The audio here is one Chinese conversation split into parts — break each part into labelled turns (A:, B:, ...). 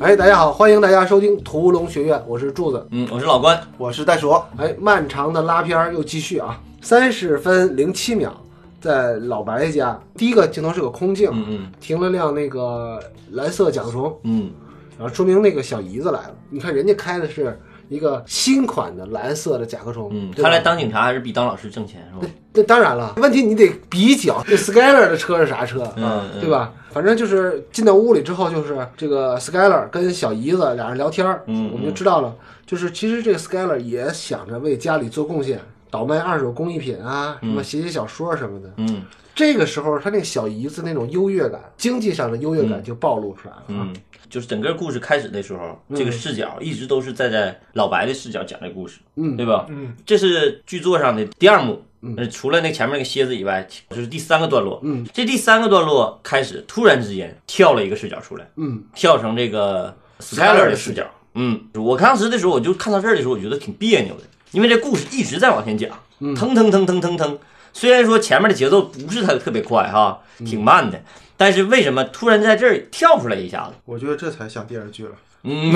A: 哎，大家好，欢迎大家收听《屠龙学院》，我是柱子，
B: 嗯，我是老关，
C: 我是袋鼠，
A: 哎，漫长的拉片儿又继续啊，三十分零七秒，在老白家，第一个镜头是个空镜，
B: 嗯嗯
A: 停了辆那个蓝色甲虫，
B: 嗯，
A: 然后说明那个小姨子来了。你看人家开的是一个新款的蓝色的甲壳虫，
B: 嗯，
A: 对吧
B: 看来当警察还是比当老师挣钱是吧？
A: 那当然了，问题你得比较这 Skyler 的车是啥车，
B: 嗯，嗯
A: 对？吧？反正就是进到屋里之后，就是这个 Skyler 跟小姨子俩人聊天儿，
B: 嗯嗯
A: 我们就知道了，就是其实这个 Skyler 也想着为家里做贡献，倒卖二手工艺品啊，什么写写小说什么的。
B: 嗯
A: 这个时候，他那个小姨子那种优越感，经济上的优越感就暴露出来了。啊
B: 嗯，就是整个故事开始的时候，
A: 嗯
B: 这个视角一直都是站在老白的视角讲这故事，
A: 嗯
B: 对吧？嗯，这是剧作上的第二幕。呃除了那前面那个蝎子以外，就是第三个段落。
A: 嗯，
B: 这第三个段落开始，突然之间跳了一个视角出来，
A: 嗯
B: 跳成这个
A: Skyler
B: Skyler
A: 的
B: 的
A: 视
B: 视角。嗯，我当时的时候，我就看到这儿的时候，我觉得挺别扭的，因为这故事一直在往前讲，
A: 嗯
B: 腾腾腾腾腾腾。虽然说前面的节奏不是特特别快哈，
A: 嗯
B: 挺慢的，但是为什么突然在这儿跳出来一下子？
C: 我觉得这才像电视剧了。
B: 嗯，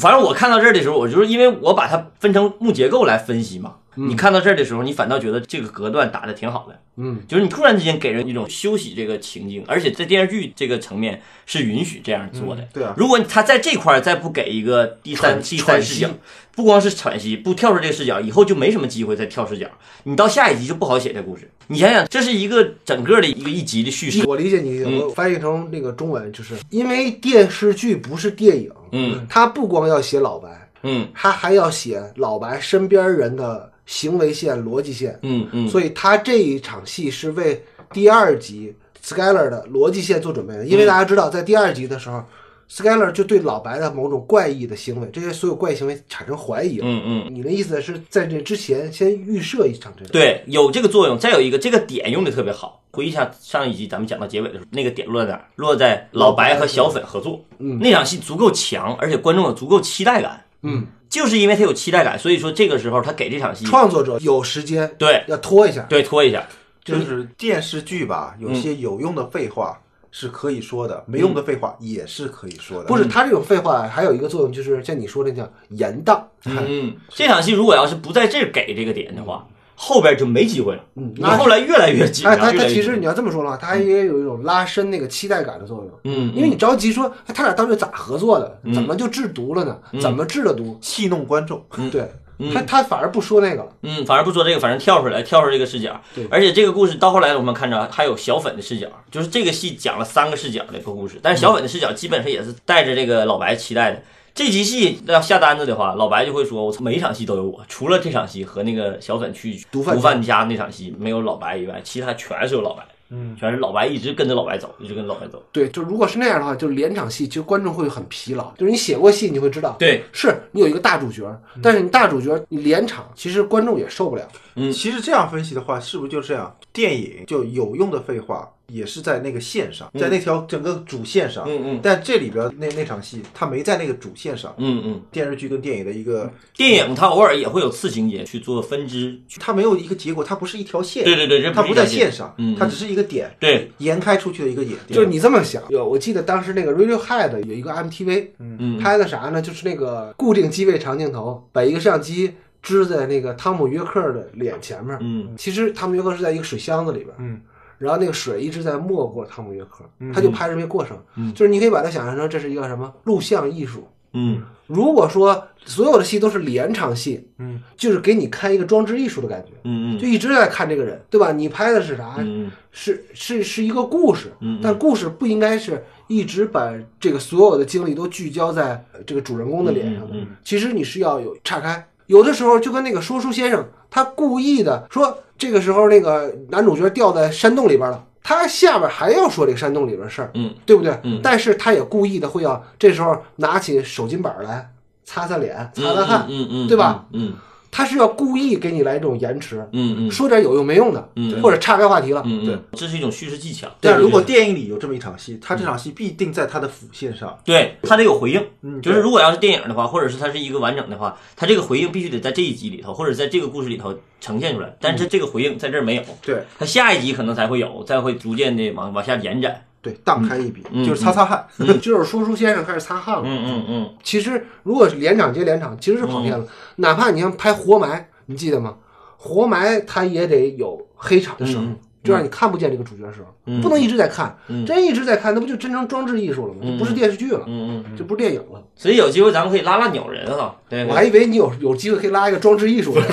B: 反正我看到这儿的时候，我就是因为我把它分成幕结构来分析嘛。你看到这儿的时候，你反倒觉得这个隔断打的挺好的，
A: 嗯，
B: 就是你突然之间给人一种休息这个情境，而且在电视剧这个层面是允许这样做的。
C: 对啊，
B: 如果他在这块儿再不给一个第三第三视角，不光是喘息，不跳出这个视角，以后就没什么机会再跳视角。你到下一集就不好写这故事。你想想，这是一个整个的一个一集的叙事。
A: 我理解你，
B: 嗯
A: 我翻译成那个中文，就是因为电视剧不是电影，
B: 嗯
A: 他不光要写老白，
B: 嗯
A: 他还要写老白身边人的行为线、逻辑线，
B: 嗯嗯
A: 所以他这一场戏是为第二集 Skyler 的逻辑线做准备的，因为大家知道，在第二集的时候、s k y l e r 就对老白的某种怪异的行为，这些所有怪异行为产生怀疑了。
B: 嗯嗯，
A: 你的意思是在这之前先预设一场这种？
B: 对，有这个作用。再有一个，这个点用的特别好。回忆一下上一集咱们讲到结尾的时候，那个点落在哪儿？落在老白和小粉合作，
A: 嗯
B: 那场戏足够强，而且观众有足够期待感。
A: 嗯，
B: 就是因为他有期待感，所以说这个时候他给这场戏，
A: 创作者有时间
B: 对
A: 要拖一下，
B: 对拖一下，
C: 就是电视剧吧，
B: 嗯
C: 有些有用的废话是可以说的，没用的废话也是可以说的。
A: 不是
B: 嗯
A: 他这种废话还有一个作用，就是像你说的那样延宕。
B: 嗯，这场戏如果要是不在这儿给这个点的话，后边就没机会了。
A: 嗯
B: 你后来越来 越紧
A: 哎，
B: 张，
A: 他
B: 越
A: 他
B: 来越
A: 其
B: 紧
A: 实
B: 张
A: 你要这么说的话，他也有一种拉伸那个期待感的作用。
B: 嗯，
A: 因为你着急说，哎，他俩当时咋合作的？怎么就制毒了呢？
B: 嗯
A: 怎么制的毒？
C: 戏弄观众，
A: 对他，他反而不说那个了。
B: 嗯，反正不说这个，反正跳出来，跳出这个视角
A: 对。
B: 而且这个故事到后来我们看着还有小粉的视角，就是这个戏讲了三个视角的一个故事，但是小粉的视角基本上也是带着这个老白期待的。这集戏要下单子的话，老白就会说：“我操每一场戏都有我，除了这场戏和那个小粉去
A: 毒
B: 毒
A: 贩家
B: 贩家那场戏没有老白以外，其他全是有老白，嗯，全是老白一直跟着老白走，一直跟着老白走。
A: 对，就如果是那样的话，就连场戏，其实观众会很疲劳。就是你写过戏，你会知道，
B: 对，
A: 是你有一个大主角，但是你大主角你连场，其实观众也受不了。
B: 嗯
C: 其实这样分析的话，是不是就这样？电影就有用的废话也是在那个线上，在那条整个主线上。
B: 嗯嗯
C: 但这里边那那场戏，它没在那个主线上。
B: 嗯嗯，
C: 电视剧跟电影的一个，
B: 电影它偶尔也会有次情节去做分支，
C: 它没有一个结果，它不是一条线，
B: 对对对这不
C: 它
B: 是一
C: 不在
B: 条线
C: 线上，
B: 嗯
C: 它只是一个点，
B: 对，
C: 延开出去的一个野点。
A: 就是你这么想，有我记得当时那个 Radiohead 有一个 MTV，
B: 嗯
A: 拍的啥呢？就是那个固定机位长镜头，把一个摄像机支在那个汤姆约克的脸前面，
B: 嗯
A: 其实汤姆约克是在一个水箱子里边，
C: 嗯，
A: 然后那个水一直在没过汤姆约克，他就拍这么一个过程，就是你可以把它想象成这是一个什么录像艺术。
B: 嗯
A: 如果说所有的戏都是连场戏，
C: 嗯，
A: 就是给你看一个装置艺术的感觉，
B: 嗯嗯
A: 就一直在看这个人，对吧？你拍的是啥？
B: 嗯
A: 是是是一个故事
B: 嗯嗯，
A: 但故事不应该是一直把这个所有的精力都聚焦在呃这个主人公的脸上的
B: 嗯嗯嗯。
A: 其实你是要有岔开，有的时候就跟那个说书先生，他故意的说这个时候那个男主角掉在山洞里边了，他下边还要说这个山洞里边的事儿，
B: 嗯，
A: 对不对？
B: 嗯
A: 但是他也故意的会要这时候拿起手巾板来擦擦脸、擦擦汗，
B: 嗯嗯，
A: 对吧？
B: 嗯
A: 他是要故意给你来这种延迟，
B: 嗯嗯
A: 说点有用没用的，
B: 嗯
A: 或者岔开话题了。
B: 嗯，
C: 对，
B: 这是一种叙事技巧。
C: 但如果电影里有这么一场戏，它这场戏必定在它的辅线上。
B: 对它得有回应，
C: 嗯
B: 就是如果要是电影的话，或者是它是一个完整的话，它这个回应必须得在这一集里头，或者在这个故事里头呈现出来。但是这个回应在这儿没有，
C: 对
B: 它下一集可能才会有，再会逐渐的往往下延展。
A: 对，
C: 荡开一笔，
B: 嗯
C: 就是擦擦汗。
A: 就是说书先生开始擦汗了。
B: 嗯嗯嗯，
A: 其实如果是连场接连场，其实是跑偏了。哪怕你像拍活埋，你记得吗？活埋它也得有黑场的时候，
B: 嗯
A: 就让你看不见这个主角的时候，
B: 嗯
A: 不能一直在看。
B: 嗯
A: 真一直在看，那不就真成装置艺术了吗？
B: 嗯
A: 就不是电视剧了，
B: 嗯嗯，
A: 就不是电影了。
B: 所以有机会咱们可以拉拉鸟人哈，对，
A: 我还以为你有有机会可以拉一个装置艺 术来，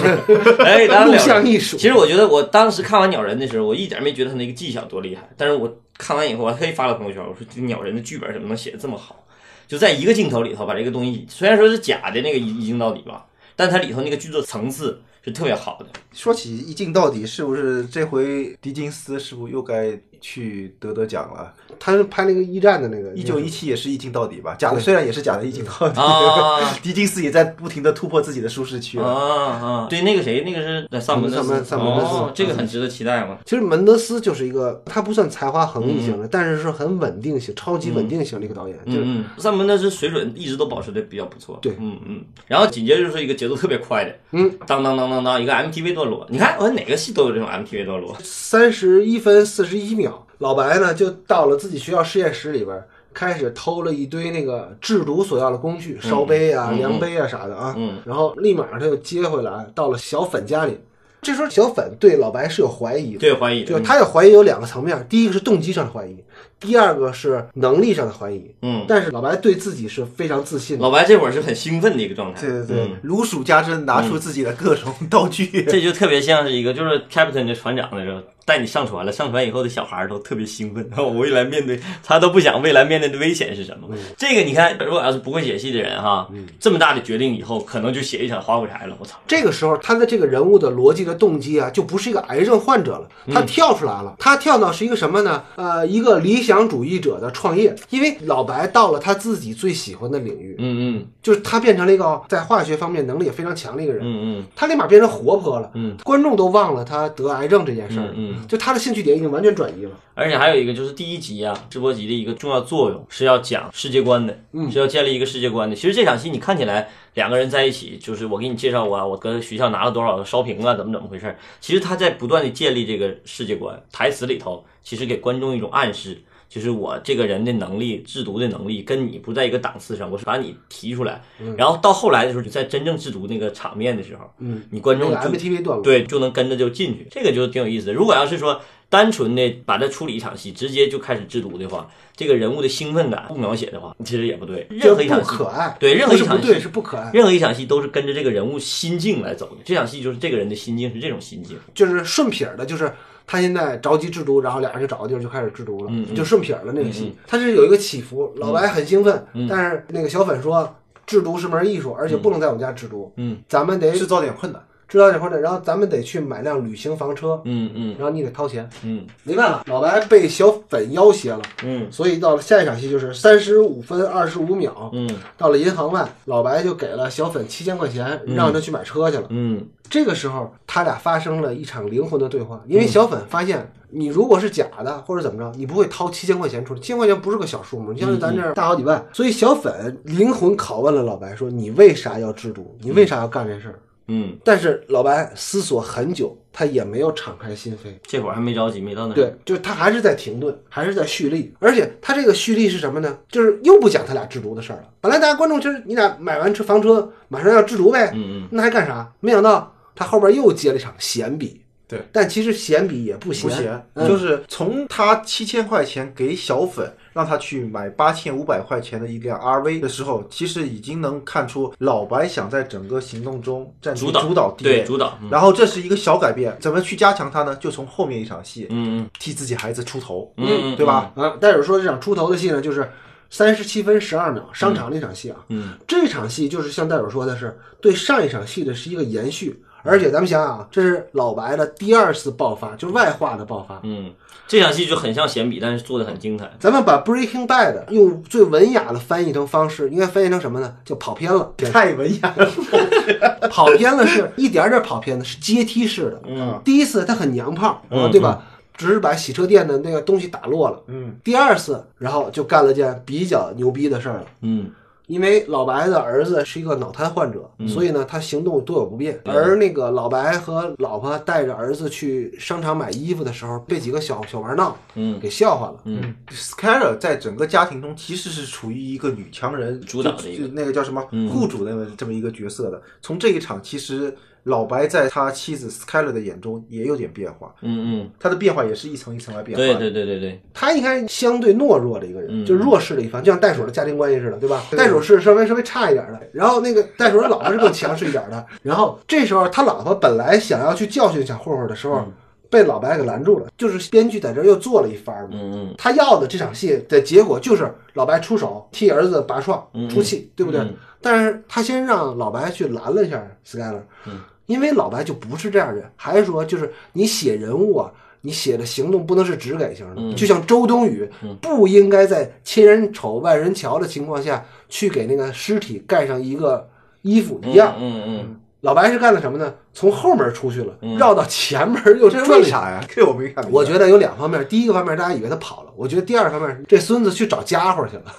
B: 哎，拉拉
A: 录
B: 鸟人。
A: 像艺术。
B: 其实我觉得我当时看完鸟人的时候，我一点没觉得他那个技巧多厉害，但是我看完以后，我还特意发了朋友圈，我说这鸟人的剧本怎么能写的这么好？就在一个镜头里头把这个东西，虽然说是假的那个一一镜到底吧，但它里头那个剧作层次是特别好的。
C: 说起一镜到底，是不是这回狄金斯是不是又该去得得奖了？
A: 他是拍那个一战的那个，
C: 一九一七也是一镜到底吧？假的虽然也是假的一镜到底，
B: 啊
C: 狄金斯也在不停的突破自己的舒适区
B: 啊
C: 了。
B: 啊！对，那个谁，那个是呃萨姆德斯，
A: 萨姆萨姆德斯
B: 哦，这个很值得期待嘛。
A: 其实门德斯就是一个，他不算才华横溢型的，但是是很稳定型、超级稳定型的一个导演。就是
B: 嗯嗯，萨姆德斯水准一直都保持的比较不错。
A: 对
B: 嗯嗯。然后紧接着就是一个节奏特别快的，
A: 嗯，
B: 当当当当当，一个 MTV 段落。你看，我哪个戏都有这种 MTV 段落。
A: 三十一分四十一秒，老白呢就到了自己学校实验室里边，开始偷了一堆那个制毒所要的工具，烧杯啊、
B: 嗯
A: 量杯啊啥的啊。
B: 嗯
A: 然后立马他就接回来，到了小粉家里。这时候小粉对老白是有怀疑的，
B: 对，怀疑
A: 就
B: 的。
A: 他也怀疑有两个层面，第一个是动机上的怀疑，第二个是能力上的怀疑。
B: 嗯，
A: 但是老白对自己是非常自信的，
B: 老白这会儿是很兴奋的一个状态。
C: 对对对，
B: 嗯
C: 如数家珍，拿出自己的各种道具。
B: 这就特别像是一个，就是 Captain 的船长的时候，带你上船了，上船以后的小孩儿都特别兴奋，然后我未来面对他都不想未来面对的危险是什么。这个你看，如果要是不会写戏的人哈，这么大的决定以后，可能就写一场花火柴了。我操！
A: 这个时候，他的这个人物的逻辑的动机啊，就不是一个癌症患者了，
B: 嗯
A: 他跳出来了，他跳到是一个什么呢？呃，一个理想主义者的创业，因为老白到了他自己最喜欢的领域，
B: 嗯嗯
A: 就是他变成了一个在化学方面能力也非常强的一个人，
B: 嗯
A: 他立马变成活泼了，
B: 嗯
A: 观众都忘了他得癌症这件事儿
B: 嗯，嗯，
A: 就他的兴趣点已经完全转移了。
B: 而且还有一个就是第一集啊，直播集的一个重要作用是要讲世界观的，
A: 嗯
B: 是要建立一个世界观的。其实这场戏你看起来两个人在一起，就是我给你介绍我啊，我跟学校拿了多少个烧瓶啊，怎么怎么回事儿。其实他在不断的建立这个世界观，台词里头其实给观众一种暗示。就是我这个人的能力、制毒的能力跟你不在一个档次上，我是把你提出来，然后到后来的时候，你在真正制毒那个场面的时候，
A: 嗯，
B: 你观
A: 那
B: 众
A: 个
B: 就
A: MTV 段落，
B: 对，就能跟着就进去，这个就挺有意思的。如果要是说单纯的把它处理一场戏，直接就开始制毒的话，这个人物的兴奋感不描写的话，其实也不对。任
A: 这
B: 何一场
A: 不
B: 戏，
A: 可爱，
B: 对任何
A: 不
B: 一
A: 是不
B: 场
A: 对，
B: 戏，
A: 是不可爱，
B: 任何一场戏都是跟着这个人物心境来走的。这场戏就是这个人的心境是这种心境，
A: 就是顺撇儿的，就是他现在着急制毒，然后俩人就找个地儿就开始制毒了，
B: 嗯嗯嗯
A: 就顺撇儿了那个戏，他是有一个起伏，老白很兴奋，但是那个小粉说。制毒是门艺术，而且不能在我们家制毒。
B: 嗯，
A: 咱们得
C: 制造点困难，
A: 知道这块儿的，然后咱们得去买辆旅行房车，
B: 嗯嗯
A: 然后你得掏钱。
B: 嗯
A: 没办法，老白被小粉要挟了，
B: 嗯
A: 所以到了下一场戏就是三十五分二十五秒，
B: 嗯
A: 到了银行外，老白就给了小粉七千块钱，让他去买车去了。
B: 嗯
A: 这个时候，他俩发生了一场灵魂的对话，因为小粉发现你如果是假的或者怎么着，你不会掏七千块钱出来，七千块钱不是个小数目，你像是咱这儿大好几万，所以小粉灵魂拷问了老白说：“你为啥要制毒？你为啥要干这事儿
B: 嗯，？”
A: 但是老白思索很久，他也没有敞开心扉。
B: 这会儿还没着急，没到那儿。
A: 对，就是他还是在停顿，还是在蓄力，而且他这个蓄力是什么呢？就是又不讲他俩制毒的事儿了。本来大家观众就是你俩买完车房车，马上要制毒呗，
B: 嗯嗯
A: 那还干啥？没想到他后边又接了一场闲笔，
C: 对，
A: 但其实闲笔也不闲，
C: 不行，
A: 嗯
C: 就是从他七千块钱给小粉，让他去买八千五百块钱的一辆 RV 的时候，其实已经能看出老白想在整个行动中占据
B: 主导
C: 主导地
B: 对，
C: 位。
B: 主导。嗯
C: 然后这是一个小改变，怎么去加强它呢？就从后面一场戏
B: 嗯
C: 替自己孩子出头，
B: 嗯嗯，
C: 对吧？
A: 啊。但是说这场出头的戏呢，就是三十七分十二秒商场那场戏啊，
B: 嗯？
A: 这场戏就是像戴尔说的是对上一场戏的是一个延续。而且咱们想想啊，这是老白的第二次爆发，就是外化的爆发。
B: 嗯嗯，这场戏就很像闲笔，但是做的很精彩。
A: 咱们把 Breaking Bad 用最文雅的翻译成方式，应该翻译成什么呢？叫跑偏了。
C: 太文雅了，
A: 跑偏了是一点点跑偏的，是阶梯式的。
B: 嗯，
A: 第一次他很娘炮，
B: 嗯
A: 然后对吧？只是把洗车店的那个东西打落了。
C: 嗯，
A: 第二次，然后就干了件比较牛逼的事儿了。
B: 嗯
A: 因为老白的儿子是一个脑瘫患者，所以呢，他行动多有不便。而那个老白和老婆带着儿子去商场买衣服的时候，被几个小小玩闹，
B: 嗯，
A: 给笑话了。
C: 嗯 s c a r a 在整个家庭中其实是处于一个女强人
B: 主导的一个嗯
C: 就就那个叫什么雇主那么这么一个角色的。从这一场，其实老白在他妻子 s c a r a 的眼中也有点变化，
B: 嗯嗯，
C: 他的变化也是一层一层来变化
B: 对
C: 的。
B: 对对对对，
A: 他应该相对懦弱的一个人，
B: 嗯
A: 就是弱势的一方，就像袋鼠的家庭关系似的，对吧？
C: 对
A: 袋鼠是稍微稍微差一点的，然后那个袋鼠的老婆是更强势一点的。然后这时候他老婆本来想要去教训小混混的时候，被老白给拦住了，就是编剧在这儿又做了一番嘛。
B: 嗯嗯
A: 他要的这场戏的结果就是老白出手替儿子拔创
B: 嗯嗯
A: 出气，对不对？
B: 嗯
A: 但是他先让老白去拦了一下 Skyler，、
B: 嗯
A: 因为老白就不是这样人。还是说，就是你写人物啊，你写的行动不能是直给型的，
B: 嗯
A: 就像周冬雨、
B: 嗯
A: 不应该在千人丑万人瞧的情况下去给那个尸体盖上一个衣服一样。
B: 嗯嗯
A: 老白是干了什么呢？从后门出去了，
B: 嗯
A: 绕到前门又
C: 这
A: 转
C: 是
A: 了
C: 为
A: 一
C: 啥呀？ 这我没看明白。
A: 我觉得有两方面，第一个方面大家以为他跑了，我觉得第二方面这孙子去找家伙去 了。
B: 嗯，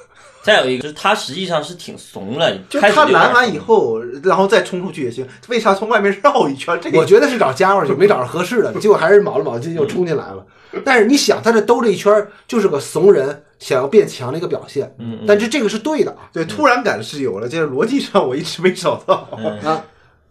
B: 再有一个就是他实际上是挺怂了，
C: 就
B: 开始
C: 他
B: 有点
C: 拦完
B: 怂
C: 以，后，然后再冲出去也行，为啥从外面绕一圈？这个
A: 我觉得是找家伙去，没找着合适的，结果还是卯了卯劲又冲进来了。
B: 嗯
A: 但是你想，他这兜这一圈儿就是个怂人想要变强的一个表现，
B: 嗯嗯
A: 但是这个是对的啊。
C: 对突然感是有了，这个逻辑上我一直没找到。
B: 嗯
A: 啊，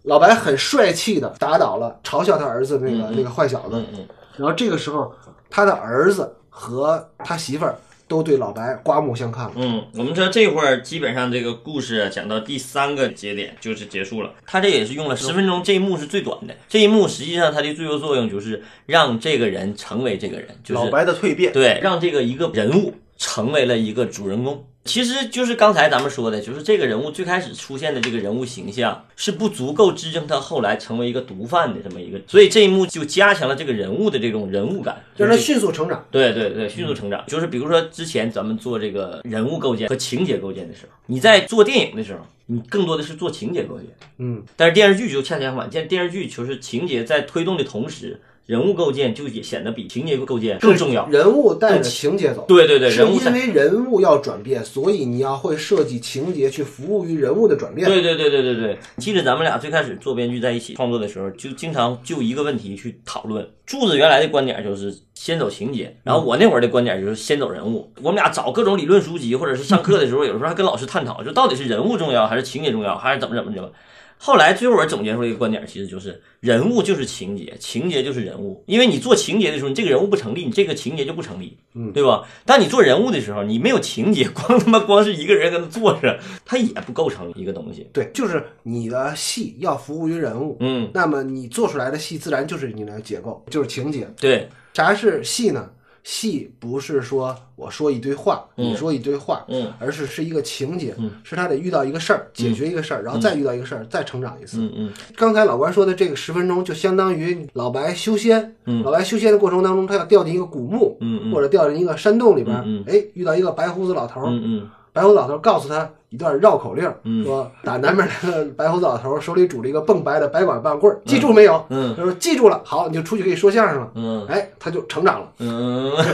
A: 老白很帅气的打倒了嘲笑他儿子那个、
B: 嗯嗯
A: 那个坏小子，
B: 嗯嗯
A: 然后这个时候他的儿子和他媳妇儿都对老白刮目相看了。
B: 嗯，我们说这会儿基本上这个故事啊讲到第三个节点就是结束了。他这也是用了十分钟，这一幕是最短的。这一幕实际上它的最优作用就是让这个人成为这个人，就
C: 老
B: 是
C: 白的蜕变，
B: 对，让这个一个人物成为了一个主人公。其实就是刚才咱们说的，就是这个人物最开始出现的这个人物形象是不足够支撑他后来成为一个毒贩的这么一个，所以这一幕就加强了这个人物的这种人物感，
A: 让他迅速成长，
B: 对对对，迅速成
A: 嗯
B: 长，就是比如说之前咱们做这个人物构建和情节构建的时候，你在做电影的时候，你更多的是做情节构建，
A: 嗯，
B: 但是电视剧就恰恰相反，电电视剧就是情节在推动的同时，人物构建就也显得比情节构建更重要。
A: 人物带着情节走，
B: 对对对，
A: 是
B: 人物
A: 因
B: 在。
A: 为人物要转变，所以你要会设计情节去服务于人物的转变。
B: 对对对对对对，记得咱们俩最开始做编剧在一起创作的时候，就经常就一个问题去讨论。柱子原来的观点就是先走情节，然后我那会儿的观点就是先走人物。我们俩找各种理论书籍，或者是上课的时候，有时候还跟老师探讨，就到底是人物重要还是情节重要，还是怎么怎么怎么。后来最后我总结出来一个观点，其实就是人物就是情节，情节就是人物。因为你做情节的时候，你这个人物不成立，你这个情节就不成立，
A: 嗯
B: 对吧？但你做人物的时候，你没有情节， 光他妈光是一个人跟他坐着，他也不构成一个东西。
A: 对，就是你的戏要服务于人物，
B: 嗯，
A: 那么你做出来的戏自然就是你的结构，就是情节。
B: 对，
A: 啥是戏呢？戏不是说我说一堆话，
B: 嗯
A: 你说一堆话，
B: 嗯
A: 而是是一个情节，
B: 嗯
A: 是他得遇到一个事儿，解决一个事儿，然后再遇到一个事儿，再成长一次。
B: 嗯嗯
A: 刚才老关说的这个十分钟，就相当于老白修仙。
B: 嗯
A: 老白修仙的过程当中，他要掉进一个古墓，
B: 嗯嗯
A: 或者掉进一个山洞里边儿
B: 嗯，
A: 哎，遇到一个白胡子老头儿，
B: 嗯
A: 白胡子老头告诉他一段绕口令，
B: 嗯
A: 说打南边来的白胡子老头手里拄着一个蹦白的白管棒棍儿，记住没有？
B: 嗯
A: 他说记住了，好，你就出去可以说相声了。
B: 嗯
A: 哎，他就成长了。
B: 嗯嗯，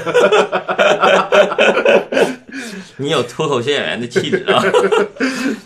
B: 你有脱口秀演员的气质啊。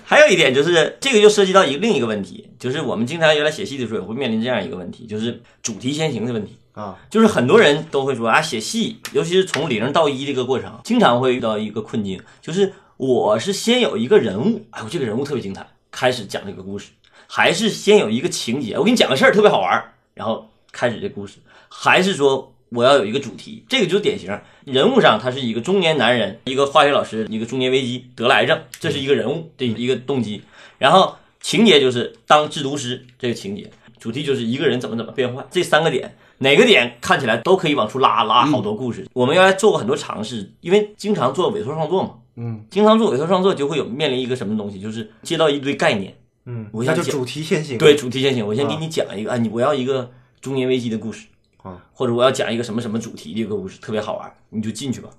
B: 还有一点就是，这个就涉及到一个另一个问题，就是我们经常原来写戏的时候也会面临这样一个问题，就是主题先行的问题。
C: 啊，
B: 就是很多人都会说啊，写戏，尤其是从零到一这个过程，经常会遇到一个困境，就是我是先有一个人物，哎，我这个人物特别精彩，开始讲这个故事，还是先有一个情节，我给你讲个事儿特别好玩儿，然后开始这故事，还是说我要有一个主题，这个就是典型人物上，他是一个中年男人，一个化学老师，一个中年危机得了癌症，这是一个人物这一个动机，然后情节就是当制毒师这个情节，主题就是一个人怎么怎么变坏，这三个点哪个点看起来都可以往出拉，拉好多故事。我们原来做过很多尝试，因为经常做委托创作嘛，
A: 嗯，
B: 经常做委托创作就会有面临一个什么东西，就是接到一堆概念，
C: 嗯，
B: 我
C: 那
B: 想
C: 就
B: 讲
C: 主题先行。
B: 对，主题先行，我先给你讲一个啊，你我要一个中年危机的故事
C: 啊，
B: 或者我要讲一个什么什么主题的一个故事，特别好玩，你就进去吧。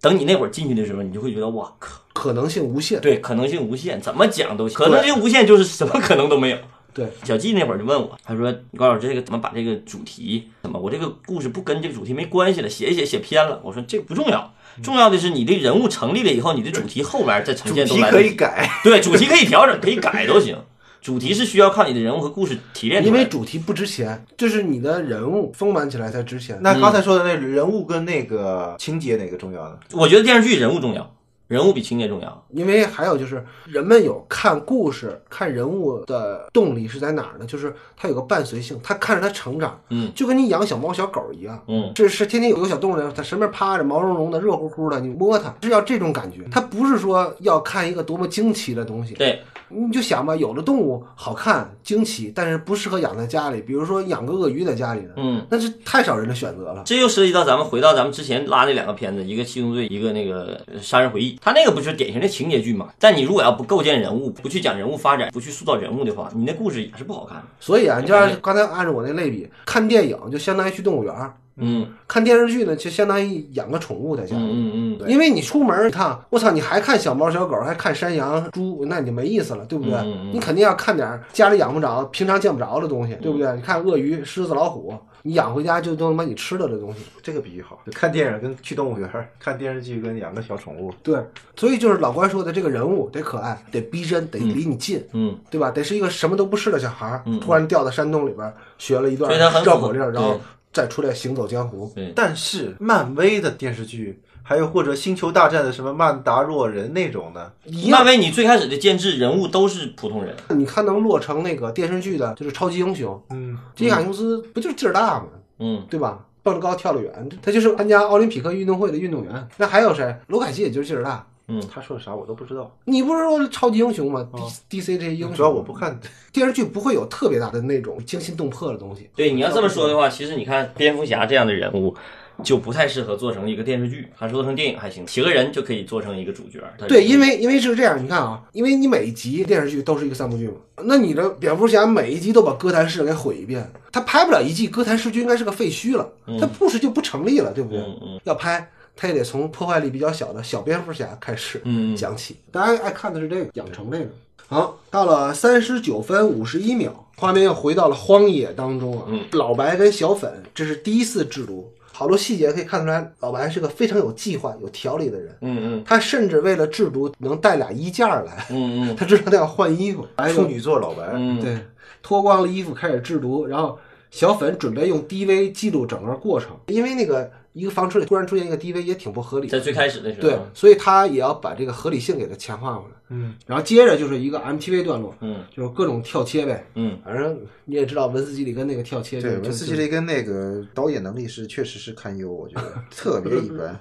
B: 等你那会儿进去的时候，你就会觉得哇靠，
A: 可能性无限。
B: 对，可能性无限，怎么讲都行，可能性无限就是什么可能都没有。
A: 对，
B: 小季那会儿就问我，他说：“高老师，这个怎么把这个主题怎么？我这个故事不跟这个主题没关系了，写一写写偏了。”我说：“这不重要，重要的是你的人物成立了以后，你的主题后边再呈
C: 主
B: 现都
C: 题
B: 来
C: 可
B: 得
C: 以
B: 及。
C: 改，
B: 对，主题可以调整，可以改都行。主题是需要靠你的人物和故事提 炼出
A: 因
B: 来
A: 为
B: 的。
A: 主题不值钱，就是你的人物丰满起来才值钱。
C: 那
B: 嗯
C: 刚才说的那人物跟那个情节哪个重要呢？
B: 我觉得电视剧人物重要，人物比情节重要。
A: 因为还有就是，人们有看故事、看人物的动力是在哪儿呢？就是他有个伴随性，他看着他成长，
B: 嗯
A: 就跟你养小猫小狗一样。
B: 嗯，
A: 这是天天有个小动物在它身边趴着，毛茸茸的、热乎乎的，你摸它是要这种感觉。它不是说要看一个多么惊奇的东西，
B: 对，
A: 你就想吧，有的动物好看、惊奇，但是不适合养在家里，比如说养个鳄鱼在家里呢，
B: 嗯，
A: 那是太少人的选择了。
B: 这又涉及到咱们回到咱们之前拉那两个片子，一个《七宗罪》，一个那个《杀人回忆》，它那个不是典型的情节剧嘛？但你如果要不构建人物，不去讲人物发展，不去塑造人物的话，你那故事也是不好看的。
A: 所以啊，你就按刚才按照我那类比，看电影就相当于去动物园儿，
B: 嗯
A: 看电视剧呢就相当于养个宠物在家里。
B: 嗯嗯嗯，
A: 因为你出门一趟，我操，你还看小猫小狗，还看山羊猪，那你就没意思了，对不对？
B: 嗯嗯嗯
A: 你肯定要看点儿家里养不着、平常见不着的东西，对不对？你看鳄鱼、狮子、老虎，你养回家就都他妈你吃的这东西。
C: 这个比喻好，就看电影跟去动物园儿，看电视剧跟养个小宠物。
A: 对，所以就是老关说的，这个人物得可爱，得逼真，得离你近，
B: 嗯，
A: 对吧？得是一个什么都不是的小孩儿，
B: 嗯嗯
A: 突然掉到山洞里边儿学了一段
B: 所以他很
A: 绕
B: 符合
A: 口令儿，然
B: 对
A: 后再出来行走江湖。
C: 但是漫威的电视剧，还有或者星球大战的什么曼达洛人那种的，
A: 一样
B: 漫威你最开始的建制人物都是普通人，
A: 你看能落成那个电视剧的，就是超级英雄，
C: 嗯，
A: 杰西卡琼斯不就是劲儿大吗？
B: 嗯，
A: 对吧？蹦得高跳得远，他就是参加奥林匹克运动会的运动员。那还有谁？卢凯奇也就是劲儿大。
C: 他说的啥我都不知道，
A: 你不是说超级英雄吗、
C: 哦
A: d c 这
B: 哎
A: 些英雄，
C: 主要我不看。
A: 电视剧不会有特别大的那种惊心动魄的东西。
B: 对，你要这么说的话，其实你看蝙蝠侠这样的人物。就不太适合做成一个电视剧，还是做成电影还行。几个人就可以做成一个主角。他
A: 对，因为因为是这样，你看啊，因为你每一集电视剧都是一个三部剧嘛，那你的蝙蝠侠每一集都把哥谭市给毁一遍，他拍不了一季，哥谭市就应该是个废墟了，他故事就不成立了，对不对？
B: 嗯嗯
A: 要拍，他也得从破坏力比较小的小蝙蝠侠开始
B: 嗯
A: 讲起。大家爱看的是这个养成这个。好，到了三十九分五十一秒，画面又回到了荒野当中啊。
B: 嗯
A: 老白跟小粉这是第一次制毒，好多细节可以看出来，老白是个非常有计划、有条理的人。
B: 嗯嗯
A: 他甚至为了制毒能带俩衣架儿来，
B: 嗯嗯
A: 他知道他要换衣服，
B: 哎
A: 还
C: 处
A: 有
C: 女座老白，
B: 嗯，
A: 哎对，脱光了衣服开始制毒，然后小粉准备用 DV 记录整个过程，因为那个一个房车里突然出现一个 DV 也挺不合理
B: 在
A: 的，
B: 最开始的时候，
A: 对，所以他也要把这个合理性给它强化回来。
C: 嗯，
A: 然后接着就是一个 MTV 段落，
B: 嗯
A: 就是各种跳切呗，
B: 嗯，
A: 反正你也知道文斯基里根那个跳切，
D: 对，
A: 就
D: 文斯基雷根那个导演能力是确实是堪忧，我觉 得特别一般。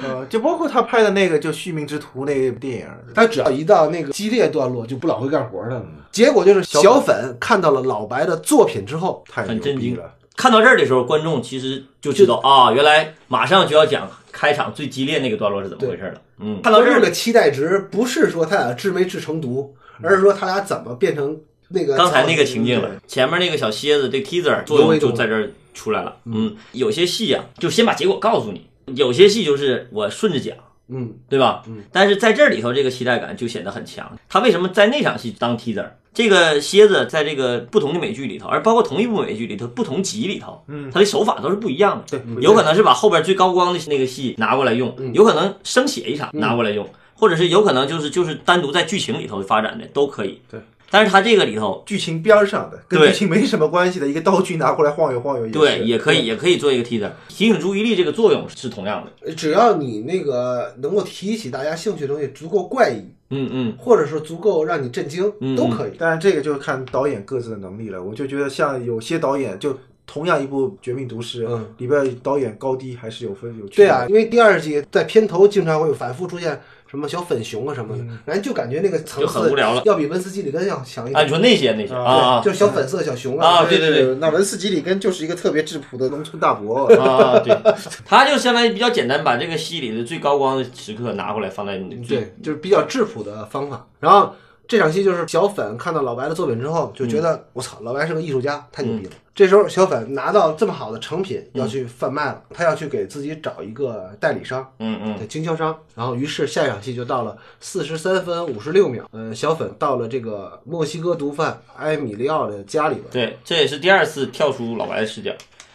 C: 呃，就包括他拍的那个就《续命之徒》那部电影，
A: 他只要一到那个激烈段落，就不老会干活了。结果就是小粉看到了老白的作品之后，
C: 太
B: 很
C: 牛
B: 震
C: 逼
B: 惊
C: 了。
B: 看到这儿的时候，观众其实就知道啊，原来马上就要讲开场最激烈那个段落是怎么回事了。嗯，看到
A: 观
B: 这
A: 众
B: 儿
A: 的期待值不是说他俩制没制成毒，而是说他俩怎么变成那个
B: 刚才那个情境了，前面那个小蝎子这 teaser 作用就在这儿出来了。嗯，有些戏啊，就先把结果告诉你；有些戏就是我顺着讲。
A: 嗯，
B: 对吧？嗯，但是在这里头，这个期待感就显得很强。他为什么在那场戏当 teaser？这个蝎子在这个不同的美剧里头，而包括同一部美剧里头，不同集里头，嗯，它的手法都是不一样嗯的。对，有可能是把后边最高光的那个戏拿过来用，有可能生写一场拿过来用，或者是有可能就是就是单独在剧情里头发展的都可以。
C: 对，
B: 但是他这个里头，
C: 剧情边儿上的，跟
B: 对
C: 剧情没什么关系的一个道具拿过来晃悠晃悠也是
B: 对，也可以也可以做一个 teaser，提醒注意力这个作用是同样的。
A: 只要你那个能够提起大家兴趣的东西足够怪异，
B: 嗯嗯
A: 或者说足够让你震惊，
B: 嗯
A: 都可以。
C: 但是这个就看导演各自的能力了。我就觉得像有些导演，就同样一部《绝命毒师》
A: 嗯
C: 里边导演高低还是有分有区别
A: 对啊，，因为第二季在片头经常会有反复出现什么小粉熊啊什么的，然后就感觉那个层
B: 嗯就很
A: 次
B: 无聊了
A: 要比文斯基里根要强一
B: 啊，
A: 点
B: 你，说那些那些啊
A: 就是小粉色小熊
B: 啊，对对对，
D: 对，那文斯基里根就是一个特别质朴的东
C: 农村大伯
B: 啊，对， 他就相当于比较简单，把这
C: 嗯
B: 个戏里的最高光的时刻拿过来放在你
A: 对，就是比较质朴的方法。然后这场戏就是小粉看到老白的作品之后，就
B: 嗯
A: 觉得我操，老白是个艺术家，太牛逼了。这时候小粉拿到这么好的成品
B: 嗯
A: 要去贩卖了，他要去给自己找一个代理商，
B: 嗯嗯，
A: 对经销商。然后于是下一场戏就到了四十三分五十六秒，呃，小粉到了这个墨西哥毒贩埃米利奥的家里边，
B: 对，这也是第二次跳出老白的视角。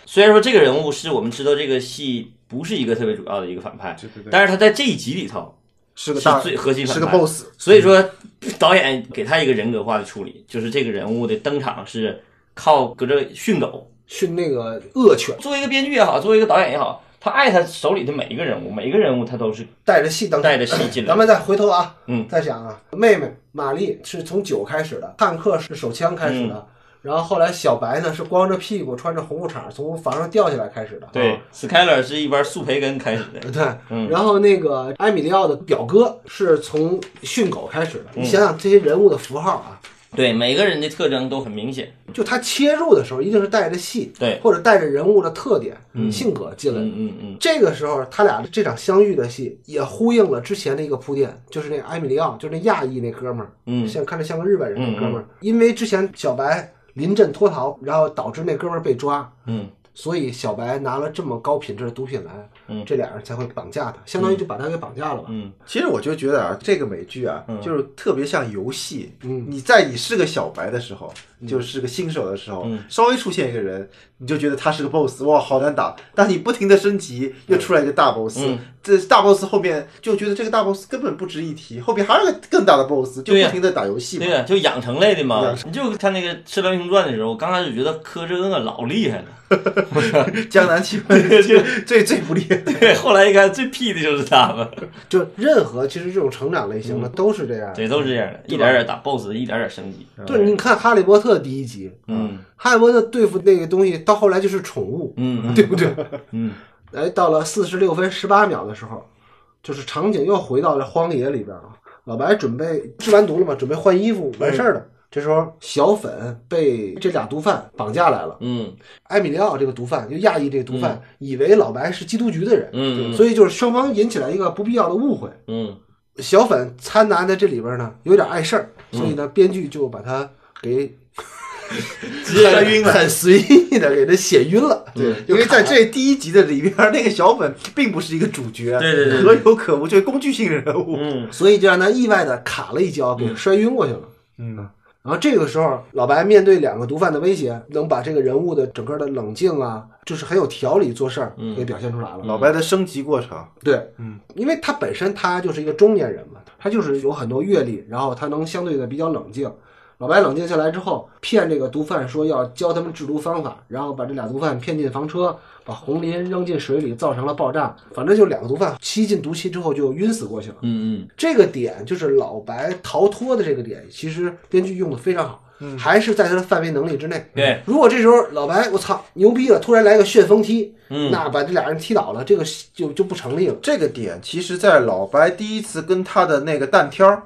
B: 虽然说这个人物是我们知道这个戏不是一个特别主要的一个反派，
C: 对对对
B: 但是他在这一集里头
C: 是个
B: 是
C: 大
B: 最核心反
C: 是
B: 派，
C: 个 boss，
B: 所以说，导演给他一个人格化的处理，就是这个人物的登场是靠隔着训狗。
A: 训那个恶犬，
B: 作为一个编剧也好，作为一个导演也好，他爱他手里的每一个人物，每一个人物他都是
A: 带着戏当场
B: 带着戏进来
A: 咱。们再回头啊，
B: 嗯，
A: 再想啊，妹妹玛丽是从酒开始的，汉克是手枪开始的，
B: 嗯
A: 然后后来小白呢是光着屁股穿着红裤衩从房上掉下来开始的，啊
B: 对，Skyler 哦是一边素培根开始的，
A: 对，
B: 嗯
A: 然后那个埃米利奥的表哥是从训狗开始的，
B: 嗯
A: 你想想这些人物的符号啊，
B: 对，每个人的特征都很明显。
A: 就他切入的时候一定是带着戏，
B: 对，
A: 或者带着人物的特点、性格进来的。
B: 嗯嗯嗯，
A: 这个时候，他俩这场相遇的戏也呼应了之前的一个铺垫，就是那埃米利奥，就是那亚裔那哥们儿，
B: 嗯
A: 像看着像个日本人那哥们儿，因为之前小白临阵脱逃，然后导致那哥们儿被抓，
B: 嗯，
A: 所以小白拿了这么高品质的毒品来，
B: 嗯
A: 这俩人才会绑架他，相当于就把他给绑架了吧，
C: 其实我就觉得啊，这个美剧
B: 嗯
C: 啊，就是特别像游戏。嗯，你在你是个小白的时候，
B: 嗯
C: 就是个新手的时候，稍微出现一个人，你就觉得他是个 boss，哇，好难打。但你不停的升级，
B: 嗯
C: 又出来一个大 boss，、这大 boss 后面就觉得这个大 boss 根本不值一提，后面还有个更大的 boss，就
B: 对呀
C: 不停的打游戏嘛
B: 对。呀，就养成类的嘛。你就看那个《射雕英雄传》的时候，我刚开始觉得柯震恶老厉 害了，
C: 江南七分最最不厉害。
B: 对，后来一看最屁的就是他们，
A: 就任何其实这种成长类型的都是这样的。
B: 嗯对，都是这样的，一点点打 BOSS，一点点升级。
A: 就是你看《哈利波特》第一集，
B: 嗯
A: 哈利波特对付那个东西到后来就是宠物，
B: 嗯 嗯
A: 对不对？
B: 嗯，
A: 哎，到了四十六分十八秒的时候，就是场景又回到了荒野里边了。老白准备制完毒了嘛，准备换衣服完事儿了。这时候，小粉被这俩毒贩绑架来了。
B: 嗯
A: 埃米利奥这个毒贩，就亚裔这个毒贩，以为老白是缉毒局的人，
B: 嗯嗯
A: 所以就是双方引起来一个不必要的误会。
B: 嗯
A: 小粉掺杂在这里边呢，有点碍事儿，所以呢，编剧就把他给
B: 直接
A: 很很随意的给他写晕了。
B: 对
C: 因为在这第一集的里边，那个小粉并不是一个主角，
B: 对对对
C: 可有可无，就是工具性人物。
B: 嗯
A: 所以就让他意外的卡了一跤，给摔晕过去了。
C: 嗯，
A: 然后这个时候，老白面对两个毒贩的威胁，能把这个人物的整个的冷静啊，就是很有条理做事儿，给表现出来了。
C: 老白的升级过程，
A: 对，
C: 嗯，
A: 因为他本身他就是一个中年人嘛，他就是有很多阅历，然后他能相对的比较冷静。老白冷静下来之后，骗这个毒贩说要教他们制毒方法，然后把这俩毒贩骗进房车，把红林扔进水里，造成了爆炸。反正就两个毒贩吸进毒气之后就晕死过去了。
B: 嗯
A: 这个点就是老白逃脱的这个点，其实编剧用的非常好，还是在他的范围能力之内。
B: 嗯对，
A: 如果这时候老白我操牛逼了，突然来个旋风踢，
B: 嗯
A: 那把这俩人踢倒了，这个就就不成立了。
C: 这个点其实，在老白第一次跟他的那个弹挑儿